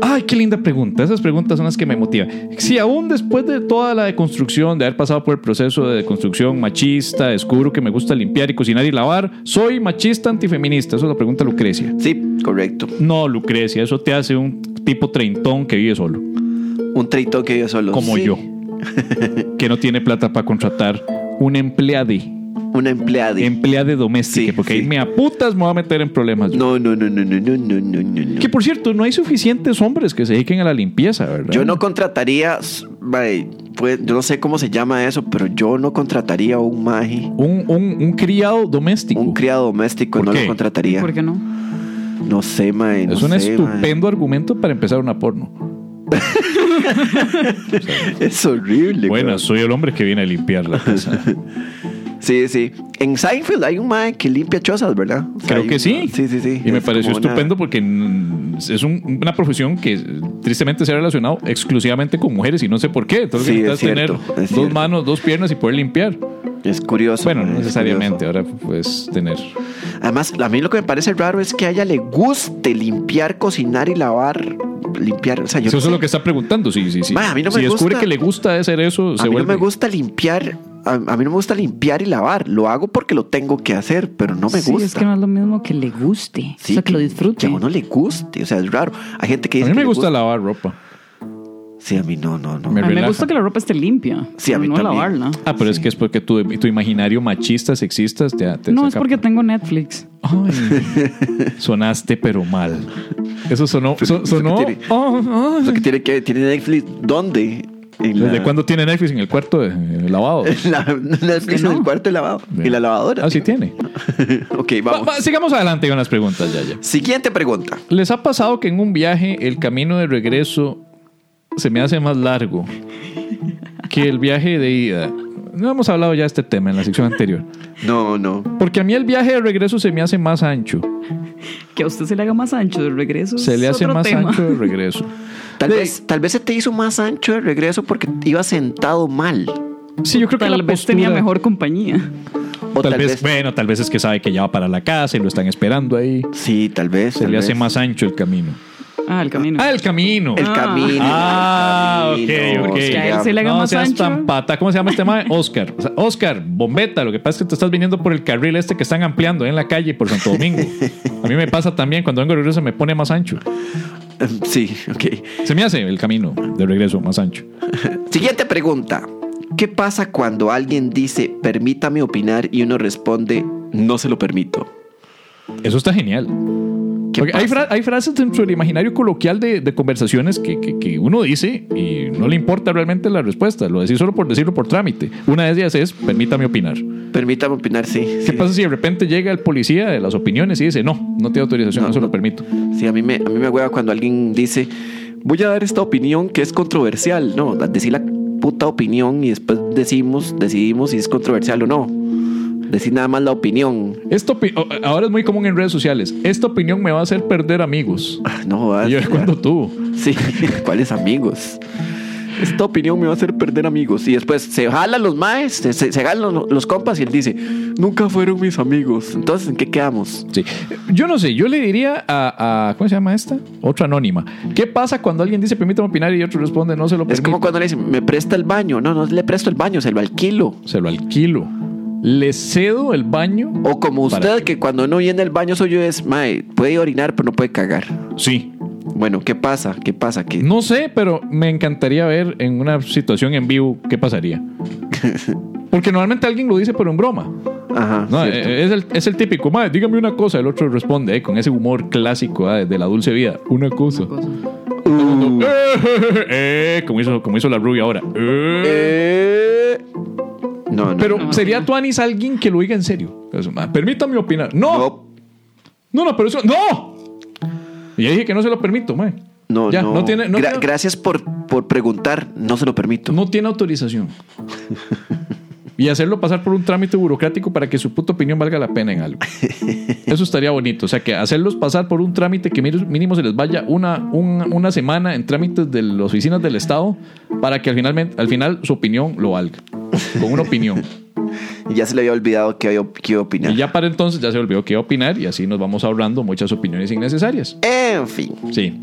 Speaker 1: Ay, qué linda pregunta. Esas preguntas son las que me motivan. Si aún después de toda la deconstrucción, de haber pasado por el proceso de deconstrucción machista, descubro que me gusta limpiar y cocinar y lavar, soy machista antifeminista. Esa es la pregunta Lucrecia.
Speaker 2: Sí, correcto.
Speaker 1: No, Lucrecia, eso te hace un tipo treintón que vive solo,
Speaker 2: Un trito que yo solo.
Speaker 1: como
Speaker 2: Sí,
Speaker 1: yo, que no tiene plata para contratar un empleade,
Speaker 2: Una empleada.
Speaker 1: empleade doméstica,
Speaker 2: Sí,
Speaker 1: porque ahí
Speaker 2: sí.
Speaker 1: me aputas, me voy a meter en problemas. yo.
Speaker 2: No, no, no, no, no, no, no, no, no.
Speaker 1: Que por cierto, no hay suficientes hombres que se dediquen a la limpieza, ¿verdad?
Speaker 2: Yo no contrataría, s- mae, pues, yo no sé cómo se llama eso, pero yo no contrataría un maji,
Speaker 1: Un, un- un criado doméstico.
Speaker 2: un criado doméstico,
Speaker 1: ¿Por
Speaker 2: no
Speaker 1: qué?
Speaker 2: lo contrataría.
Speaker 4: ¿Por qué no?
Speaker 2: No sé, mae. no
Speaker 1: es un
Speaker 2: sé, mae.
Speaker 1: estupendo argumento para empezar una porno.
Speaker 2: Es horrible.
Speaker 1: Bueno,
Speaker 2: weón.
Speaker 1: soy el hombre que viene a limpiar la casa.
Speaker 2: Sí, sí. En Seinfeld hay un mae que limpia chozas, ¿verdad? O sea,
Speaker 1: Creo
Speaker 2: hay
Speaker 1: que
Speaker 2: un-
Speaker 1: sí.
Speaker 2: Sí, sí, sí.
Speaker 1: Y me
Speaker 2: Es
Speaker 1: pareció
Speaker 2: como una-
Speaker 1: estupendo porque mm, es un- una profesión que eh, tristemente se ha relacionado exclusivamente con mujeres y no sé por qué. Entonces
Speaker 2: Sí,
Speaker 1: necesitas
Speaker 2: es cierto,
Speaker 1: tener dos
Speaker 2: es cierto.
Speaker 1: manos, dos piernas y poder limpiar.
Speaker 2: Es curioso.
Speaker 1: Bueno, no
Speaker 2: mae, es
Speaker 1: necesariamente.
Speaker 2: curioso.
Speaker 1: Ahora puedes tener.
Speaker 2: Además, a mí lo que me parece raro es que a ella le guste limpiar, cocinar y lavar. Limpiar. O sea, yo
Speaker 1: Eso
Speaker 2: no
Speaker 1: es
Speaker 2: sé.
Speaker 1: lo que está preguntando. Sí, sí, sí.
Speaker 2: Ma, a mí no
Speaker 1: si
Speaker 2: me
Speaker 1: descubre
Speaker 2: gusta-
Speaker 1: que le gusta hacer eso,
Speaker 2: A
Speaker 1: se
Speaker 2: mí no
Speaker 1: vuelve.
Speaker 2: me gusta limpiar. A, a mí no me gusta limpiar y lavar. Lo hago porque lo tengo que hacer, pero no me
Speaker 4: Sí,
Speaker 2: gusta.
Speaker 4: es que no es lo mismo que le guste. o sea, que, lo disfrute.
Speaker 2: Que a uno le guste. O sea, es raro. Hay gente
Speaker 1: a
Speaker 2: que dice.
Speaker 1: mí
Speaker 2: que
Speaker 1: me
Speaker 2: le
Speaker 1: gusta lavar ropa.
Speaker 2: Sí, a mí no, no, no.
Speaker 1: Me
Speaker 4: a mí me
Speaker 1: relaja.
Speaker 4: gusta que la ropa esté limpia.
Speaker 2: Sí, a mí
Speaker 4: pero no
Speaker 2: también.
Speaker 4: lavarla.
Speaker 1: Ah, pero es que es porque tu, tu imaginario machista, sexista, te, te
Speaker 4: No, es
Speaker 1: saca-
Speaker 4: porque tengo Netflix.
Speaker 1: Ay, sonaste pero mal. Eso sonó. so- sonó.
Speaker 2: Pues, tiene-
Speaker 1: Ah,
Speaker 2: O
Speaker 1: ah.
Speaker 2: sea, que tiene, que, tiene Netflix. ¿Dónde? En la-
Speaker 1: ¿Desde cuándo tiene Netflix en el cuarto de, en el lavado?
Speaker 2: en la- Netflix
Speaker 4: no.
Speaker 2: en el cuarto de lavado. Y la lavadora.
Speaker 1: Ah, sí tiene.
Speaker 2: ok,
Speaker 1: Va-
Speaker 2: vamos.
Speaker 1: Ah, va, sigamos adelante con las preguntas, ya, ya.
Speaker 2: Siguiente pregunta.
Speaker 1: ¿Les ha pasado que en un viaje el camino de regreso se me hace más largo que el viaje de ida? No hemos hablado ya de este tema en la sección anterior.
Speaker 2: No, no.
Speaker 1: Porque a mí el viaje de regreso se me hace más ancho.
Speaker 4: Que a usted se le haga más ancho de regreso.
Speaker 1: Se le
Speaker 4: es
Speaker 1: hace
Speaker 4: otro
Speaker 1: más
Speaker 4: tema.
Speaker 1: ancho de regreso.
Speaker 2: Tal vez, tal vez se te hizo más ancho de regreso porque ibas sentado mal.
Speaker 1: Sí, yo creo que
Speaker 4: Tal
Speaker 1: la
Speaker 4: vez tenía
Speaker 1: postura-
Speaker 4: mejor compañía.
Speaker 2: O
Speaker 1: Tal, vez, bueno, tal vez es que sabe que ya va para la casa y lo están esperando ahí.
Speaker 2: Sí, tal vez.
Speaker 1: Se
Speaker 2: tal
Speaker 1: le hace
Speaker 2: vez.
Speaker 1: más ancho el camino.
Speaker 4: Ah, el camino.
Speaker 1: Ah, el camino.
Speaker 2: El camino.
Speaker 1: Ah,
Speaker 2: el
Speaker 1: ok,
Speaker 2: camino,
Speaker 1: ok.
Speaker 4: Que a él
Speaker 2: digamos.
Speaker 4: se le haga
Speaker 1: no
Speaker 4: más
Speaker 1: seas
Speaker 4: ancho.
Speaker 1: tan pata. ¿Cómo se llama este mae? Oscar. O sea, Oscar, bombeta. Lo que pasa es que te estás viniendo por el carril este que están ampliando ahí en la calle por Santo Domingo. A mí me pasa también cuando vengo de regreso se me pone más ancho.
Speaker 2: Em, Sí, ok.
Speaker 1: Se me hace el camino de regreso más ancho.
Speaker 2: Siguiente pregunta. ¿Qué pasa cuando alguien dice, permítame opinar y uno responde, no se lo permito?
Speaker 1: Eso está genial.
Speaker 2: ¿Qué
Speaker 1: Porque hay,
Speaker 2: pasa?
Speaker 1: fra- hay frases dentro del imaginario coloquial de, de conversaciones que, que- que uno dice y no le importa realmente la respuesta. Lo decís solo por decirlo por trámite. Una de ellas es, permítame opinar.
Speaker 2: Permítame opinar, sí.
Speaker 1: ¿Qué
Speaker 2: sí.
Speaker 1: pasa si de repente llega el policía de las opiniones y dice, no, no tengo autorización, no,
Speaker 2: No,
Speaker 1: se lo
Speaker 2: no.
Speaker 1: permito?
Speaker 2: Sí, a mí me, a mí me hueva cuando alguien dice, voy a dar esta opinión que es controversial. No, decir la puta opinión y después decimos, decidimos si es controversial o no. Decir nada más la opinión.
Speaker 1: Esta opi- o- ahora es muy común en redes sociales. Esta opinión me va a hacer perder amigos.
Speaker 2: Ah, No, jodas.
Speaker 1: Y yo, ¿cuándo tú?
Speaker 2: Sí, ¿cuáles amigos? Esta opinión me va a hacer perder amigos. Y después se jalan los maes, se, se- se jalan los, los compas y él dice, nunca fueron mis amigos. Entonces, ¿en qué quedamos?
Speaker 1: Sí. Yo no sé, yo le diría a, a- ¿Cómo se llama esta? Otra anónima. ¿Qué pasa cuando alguien dice, permítame opinar y otro responde, no se lo
Speaker 2: Es
Speaker 1: permito?
Speaker 2: como cuando le dicen, me presta el baño. No, no le presto el baño, se lo alquilo.
Speaker 1: Se lo alquilo. Le cedo el baño.
Speaker 2: O como
Speaker 1: Para
Speaker 2: usted,
Speaker 1: que-
Speaker 2: que cuando no viene el baño suyo es, mae, puede orinar, pero no puede cagar.
Speaker 1: Sí.
Speaker 2: Bueno, ¿qué pasa? ¿Qué pasa? ¿Qué?
Speaker 1: No sé, pero me encantaría ver en una situación en vivo qué pasaría. Porque normalmente alguien lo dice por un broma.
Speaker 2: Ajá.
Speaker 1: No,
Speaker 2: cierto.
Speaker 1: eh, es, el, es el típico, madre, dígame una cosa. El otro responde eh, con ese humor clásico ah, de la dulce vida. Una cosa. Eh, eh, como, hizo, como hizo la rubia ahora. Eh.
Speaker 2: Eh, No, no.
Speaker 1: Pero
Speaker 2: no.
Speaker 1: sería Tuanis alguien que lo diga en serio. Eso, ma, Permítame opinar. No,
Speaker 2: No,
Speaker 1: no, no, pero eso. ¡No! Y ya dije que no se lo permito, mae.
Speaker 2: no,
Speaker 1: Ya,
Speaker 2: no.
Speaker 1: no tiene, no
Speaker 2: Gra-
Speaker 1: tiene-
Speaker 2: Gracias por, por preguntar, no se lo permito.
Speaker 1: no tiene autorización. Y hacerlo pasar por un trámite burocrático para que su puta opinión valga la pena en algo. Eso estaría bonito. O sea, que hacerlos pasar por un trámite que mínimo- mínimo se les vaya una, un- una semana en trámites de las oficinas del Estado para que al, finalmente, al final su opinión lo valga. Con una opinión.
Speaker 2: Y ya se le había olvidado que había que iba a opinar.
Speaker 1: Y ya para entonces ya se olvidó que iba a opinar y así nos vamos ahorrando muchas opiniones innecesarias.
Speaker 2: En fin,
Speaker 1: Sí.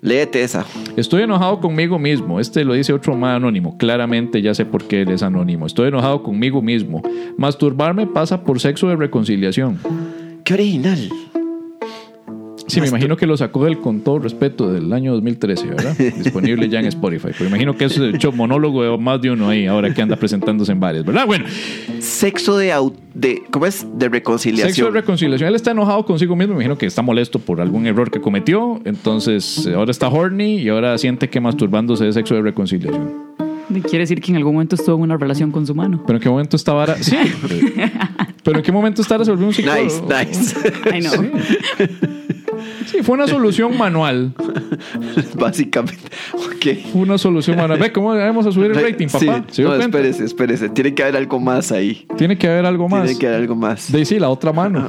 Speaker 2: Léete esa.
Speaker 1: Estoy enojado conmigo mismo. Este lo dice otro más anónimo. Claramente ya sé por qué él es anónimo. Estoy enojado conmigo mismo. Masturbarme pasa por sexo de reconciliación.
Speaker 2: Qué original.
Speaker 1: Sí, me imagino que lo sacó del con todo respeto del año 2013, ¿verdad? Disponible ya en Spotify. Pero imagino que es de hecho monólogo de más de uno ahí, ahora que anda presentándose en bares, ¿verdad? Bueno,
Speaker 2: Sexo de, au- de ¿cómo es? De reconciliación.
Speaker 1: sexo de reconciliación. Él está enojado consigo mismo, me imagino que está molesto por algún error que cometió. Entonces, eh, ahora está horny y ahora siente que masturbándose es sexo de reconciliación.
Speaker 4: Me quiere decir que en algún momento estuvo en una relación con su mano.
Speaker 1: Pero en qué momento esta vara. Sí. Pero en qué momento esta vara se volvió un psicólogo.
Speaker 2: nice, nice.
Speaker 4: Ay, no.
Speaker 1: Sí, fue una solución manual.
Speaker 2: Básicamente. Ok.
Speaker 1: Fue una solución manual. Ve cómo vamos a subir el rating, papá.
Speaker 2: Sí,
Speaker 1: ¿Se dio
Speaker 2: no,
Speaker 1: cuenta?
Speaker 2: espérese, espérese. Tiene que haber algo más ahí.
Speaker 1: Tiene que haber algo más.
Speaker 2: Tiene que haber algo más.
Speaker 1: De ahí sí, la otra mano.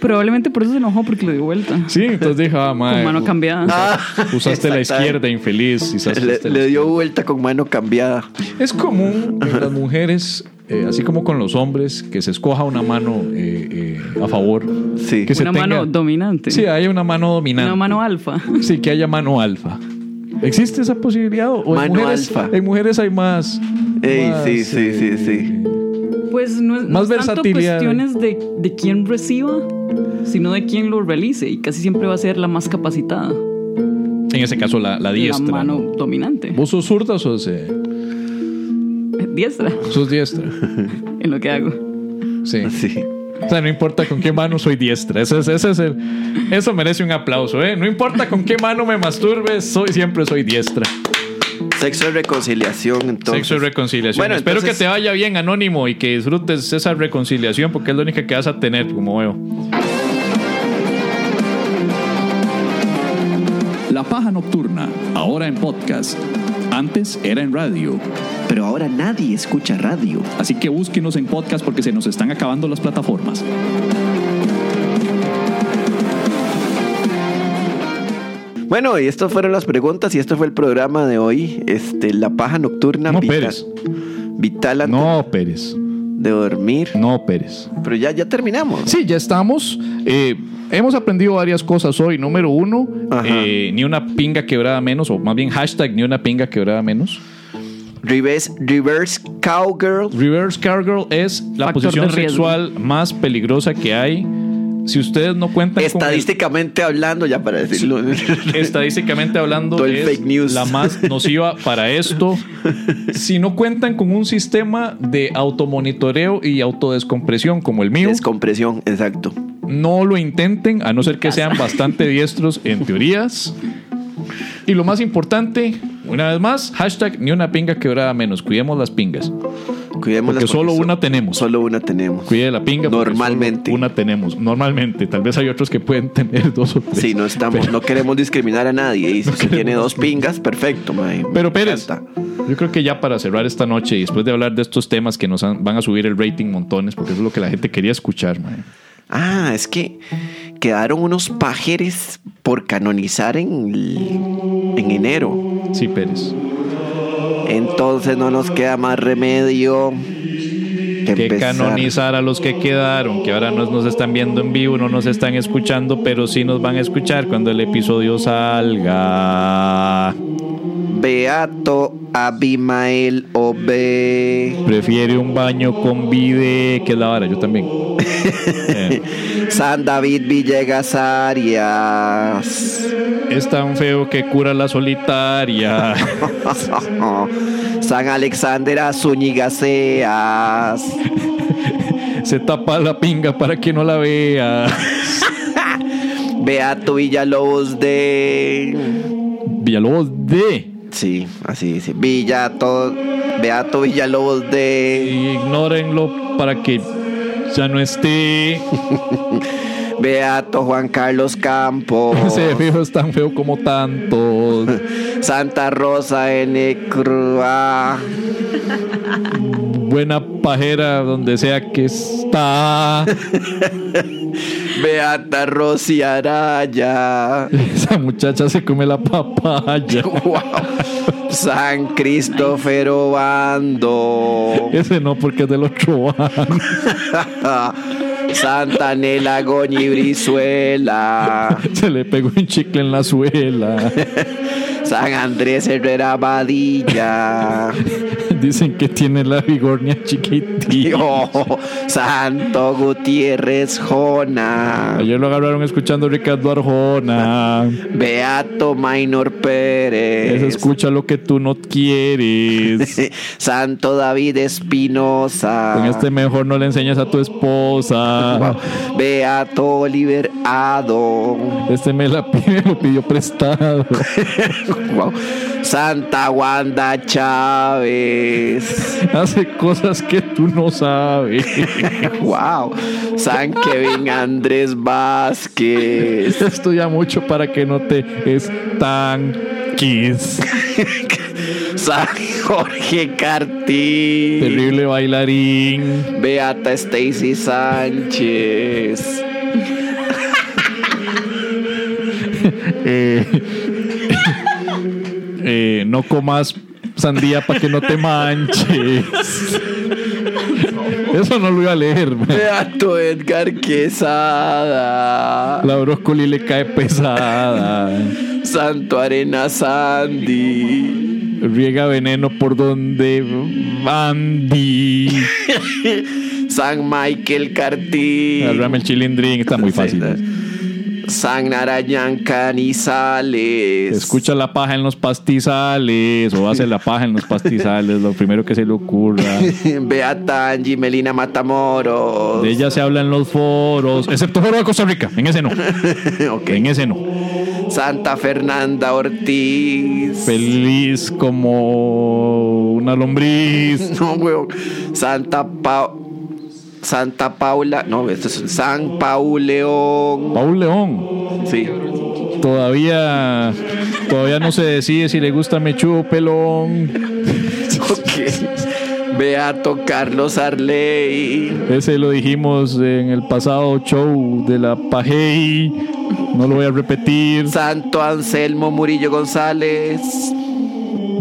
Speaker 4: Probablemente por eso se enojó porque lo dio vuelta.
Speaker 1: Sí, entonces dije, ah,
Speaker 4: Con
Speaker 1: madre.
Speaker 4: mano cambiada.
Speaker 1: Ah, Usaste la izquierda, infeliz. usaste
Speaker 2: Le,
Speaker 1: la
Speaker 2: le dio vuelta con mano cambiada.
Speaker 1: Es común que las mujeres, eh, así como con los hombres, que se escoja una mano eh, eh, a favor.
Speaker 2: Sí.
Speaker 1: Que se
Speaker 4: una
Speaker 1: tenga-
Speaker 4: mano dominante.
Speaker 1: Sí, hay una mano dominante.
Speaker 4: una mano alfa.
Speaker 1: Sí, que haya mano alfa. ¿Existe esa posibilidad? ¿O en
Speaker 2: Mano
Speaker 1: mujeres,
Speaker 2: alfa.
Speaker 1: En mujeres hay más.
Speaker 2: Ey,
Speaker 1: más,
Speaker 2: sí, sí,
Speaker 1: eh,
Speaker 2: sí, sí.
Speaker 4: Pues no es no
Speaker 1: Más
Speaker 4: es tanto
Speaker 1: versatilidad.
Speaker 4: cuestiones de, de quién reciba, sino de quién lo realice. Y casi siempre va a ser la más capacitada.
Speaker 1: En ese caso, la, la
Speaker 4: La
Speaker 1: diestra.
Speaker 4: mano
Speaker 1: ¿no?
Speaker 4: dominante.
Speaker 1: ¿Vos sos zurda o sos, eh,
Speaker 4: Diestra
Speaker 1: sos diestra?
Speaker 4: en lo que hago.
Speaker 1: Sí.
Speaker 2: Sí.
Speaker 1: O sea, no importa con qué mano soy diestra. Ese es, ese es el, eso merece un aplauso, ¿eh? No importa con qué mano me masturbe, soy, siempre soy diestra.
Speaker 2: Sexo de reconciliación, entonces.
Speaker 1: Sexo y reconciliación.
Speaker 2: Bueno,
Speaker 1: Espero
Speaker 2: entonces-
Speaker 1: que te vaya bien, Anónimo, y que disfrutes esa reconciliación porque es la única que vas a tener, como veo.
Speaker 8: La paja nocturna, ahora en podcast. Antes era en radio.
Speaker 6: Pero ahora nadie escucha radio.
Speaker 8: Así que búsquenos en podcast porque se nos están acabando las plataformas.
Speaker 2: Bueno, y estas fueron las preguntas y este fue el programa de hoy. Este, la paja nocturna.
Speaker 1: No,
Speaker 2: vital-
Speaker 1: Pérez.
Speaker 2: Vital antes
Speaker 1: No, Pérez.
Speaker 2: de dormir.
Speaker 1: No, Pérez.
Speaker 2: Pero ya, ya terminamos.
Speaker 1: Sí, ya estamos. Eh, hemos aprendido varias cosas hoy. Número uno,
Speaker 2: Ajá.
Speaker 1: eh, ni una pinga quebrada menos, o más bien hashtag ni una pinga quebrada menos.
Speaker 2: Reverse, reverse cowgirl.
Speaker 1: Reverse Cargirl es la
Speaker 4: Factor
Speaker 1: posición
Speaker 4: de riesgo.
Speaker 1: sexual más peligrosa que hay. Si ustedes no cuentan con el-
Speaker 2: Estadísticamente hablando, ya para decirlo.
Speaker 1: estadísticamente hablando
Speaker 2: Todo el
Speaker 1: es
Speaker 2: fake news.
Speaker 1: la más nociva para esto. Si no cuentan con un sistema de automonitoreo y autodescompresión como el mío,
Speaker 2: Descompresión, exacto.
Speaker 1: no lo intenten, a no ser que sean bastante diestros en teorías. Y lo más importante, una vez más, hashtag ni una pinga quebrada menos. Cuidemos las pingas.
Speaker 2: Cuidemos
Speaker 1: Porque solo una tenemos.
Speaker 2: Solo una tenemos.
Speaker 1: Cuide la pinga. porque
Speaker 2: Normalmente.
Speaker 1: solo Una tenemos. Normalmente. Tal vez hay otros que pueden tener dos o tres.
Speaker 2: Sí, no estamos, no queremos discriminar a nadie. Y si usted tiene dos pingas, perfecto, mae.
Speaker 1: Pero
Speaker 2: Me
Speaker 1: Pérez,
Speaker 2: encanta.
Speaker 1: yo creo que ya para cerrar esta noche y después de hablar de estos temas que nos han- van a subir el rating montones, porque eso es lo que la gente quería escuchar, mae.
Speaker 2: Ah, es que quedaron unos pajeres por canonizar en, el- en enero.
Speaker 1: Sí, Pérez.
Speaker 2: Entonces no nos queda más remedio que,
Speaker 1: Que
Speaker 2: empezar.
Speaker 1: canonizar a los que quedaron, que ahora no nos están viendo en vivo, no nos están escuchando, pero sí nos van a escuchar cuando el episodio salga.
Speaker 2: Beato Abimael Obe.
Speaker 1: Prefiere un baño con vide, que es la vara, yo también. Eh,
Speaker 2: San David Villegas Arias.
Speaker 1: es tan feo que cura la solitaria.
Speaker 2: San Alexander Azúñiga Seas.
Speaker 1: Se tapa la pinga para que no la vea.
Speaker 2: Beato Villalobos de.
Speaker 1: Villalobos de.
Speaker 2: Sí, así dice. Villato. Beato Villalobos de.
Speaker 1: Ignórenlo para que ya no esté.
Speaker 2: Beato Juan Carlos Campos.
Speaker 1: Ese fijo es tan feo como tanto.
Speaker 2: Santa Rosa N. Crua.
Speaker 1: Buena pajera donde sea que está.
Speaker 2: Beata Rosy Araya.
Speaker 1: Esa muchacha se come la papaya.
Speaker 2: Wow. San Cristófero Bando.
Speaker 1: Ese no, porque es del otro lado.
Speaker 2: Santanela, Goñi, Brizuela,
Speaker 1: Se le pegó un chicle en la suela.
Speaker 2: San Andrés, Herrera, Badilla,
Speaker 1: Dicen que tiene la vigornia chiquitita.
Speaker 2: Tío, oh, Santo Gutiérrez, Jona,
Speaker 1: Ayer lo agarraron escuchando a Ricardo Arjona.
Speaker 2: Beato Maynor
Speaker 1: Ese
Speaker 2: Pérez,
Speaker 1: escucha lo que tú no quieres.
Speaker 2: Santo David Espinosa.
Speaker 1: Con este mejor no le enseñas a tu esposa.
Speaker 2: Beato Oliver Adon.
Speaker 1: Este me la pide, lo pidió prestado.
Speaker 2: Wow. Santa Wanda Chávez.
Speaker 1: Hace cosas que tú no sabes.
Speaker 2: Wow. San Kevin Andrés Vázquez.
Speaker 1: Estudia mucho para que no te estanques.
Speaker 2: San Jorge Cartí.
Speaker 1: Terrible bailarín.
Speaker 2: Beata Stacy Sánchez.
Speaker 1: Eh, eh, no comas sandía para que no te manches. Eso no lo iba a leer. man.
Speaker 2: Beato Edgar Quesada.
Speaker 1: La brócoli le cae pesada.
Speaker 2: Santo Arena Sandy.
Speaker 1: Riega veneno por donde Andy.
Speaker 2: San Michael Cartí.
Speaker 1: Agarrame el chilindrín, está muy fácil.
Speaker 2: San Narayan Canizales.
Speaker 1: Escucha la paja en los pastizales o hace la paja en los pastizales, lo primero que se le ocurra.
Speaker 2: Beata Angie Melina Matamoros.
Speaker 1: De ella se habla en los foros, excepto foro de Costa Rica, en ese no,
Speaker 2: Ok.
Speaker 1: en ese no.
Speaker 2: Santa Fernanda Ortiz.
Speaker 1: Feliz como una lombriz.
Speaker 2: No, huevo. Santa Pa- Santa Paula. No, esto es San Paul León.
Speaker 1: Paul León,
Speaker 2: Sí.
Speaker 1: todavía todavía no se decide si le gusta mechudo o pelón.
Speaker 2: Ok. Beato Carlos Arley.
Speaker 1: Ese lo dijimos en el pasado show de la Pajei. No lo voy a repetir.
Speaker 2: Santo Anselmo Murillo González.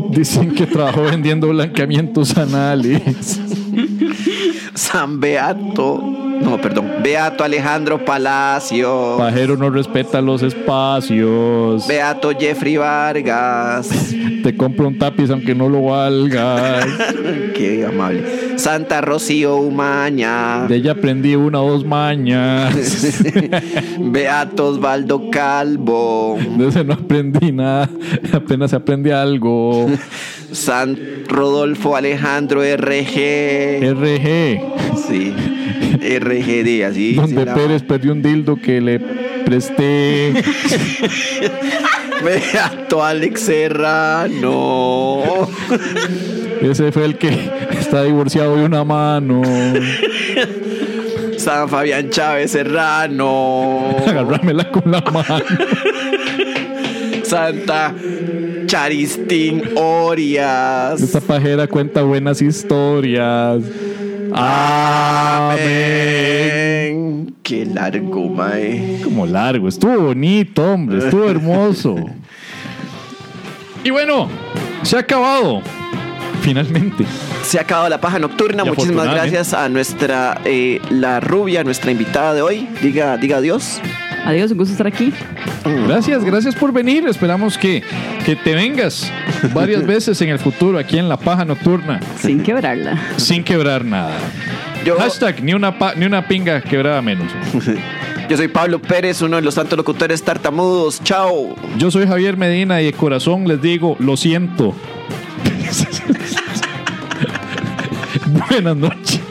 Speaker 1: Dicen que trabajó vendiendo blanqueamientos anales.
Speaker 2: San Beato. No, perdón. Beato Alejandro Palacio.
Speaker 1: Pajero no respeta los espacios.
Speaker 2: Beato Jeffrey Vargas.
Speaker 1: Te compro un tapiz aunque no lo valgas.
Speaker 2: Qué amable. Santa Rocío Umaña.
Speaker 1: De ella aprendí una o dos mañas.
Speaker 2: Beato Osvaldo Calvo.
Speaker 1: De ese no aprendí nada. Apenas se aprende algo.
Speaker 2: San Rodolfo Alejandro RG.
Speaker 1: RG,
Speaker 2: Sí. RG Díaz. sí,
Speaker 1: donde
Speaker 2: sí, la-
Speaker 1: Pérez perdió un dildo que le presté.
Speaker 2: Beato Alex Serrano.
Speaker 1: Ese fue el que está divorciado de una mano.
Speaker 2: San Fabián Chávez Serrano.
Speaker 1: Agárramela con la mano.
Speaker 2: Santa Charistín Orias.
Speaker 1: Esta pajera cuenta buenas historias. Amén.
Speaker 2: Amén. Qué largo, mae.
Speaker 1: Como largo, estuvo bonito, hombre, estuvo hermoso. y bueno, se ha acabado. Finalmente.
Speaker 2: Se ha acabado la paja nocturna.
Speaker 1: Y
Speaker 2: Muchísimas
Speaker 1: afortunadamente-
Speaker 2: gracias a nuestra, eh, la rubia, nuestra invitada de hoy. Diga, diga adiós.
Speaker 4: Adiós, un gusto estar aquí.
Speaker 1: Gracias, gracias por venir. Esperamos que, que te vengas varias veces en el futuro aquí en La Paja Nocturna
Speaker 4: Sin quebrarla.
Speaker 1: sin quebrar nada.
Speaker 2: Yo,
Speaker 1: Hashtag ni una, pa- ni una pinga quebrada menos.
Speaker 2: yo soy Pablo Pérez, uno de los tantos locutores tartamudos. Chao.
Speaker 1: Yo soy Javier Medina y de corazón les digo, lo siento. Buenas noches.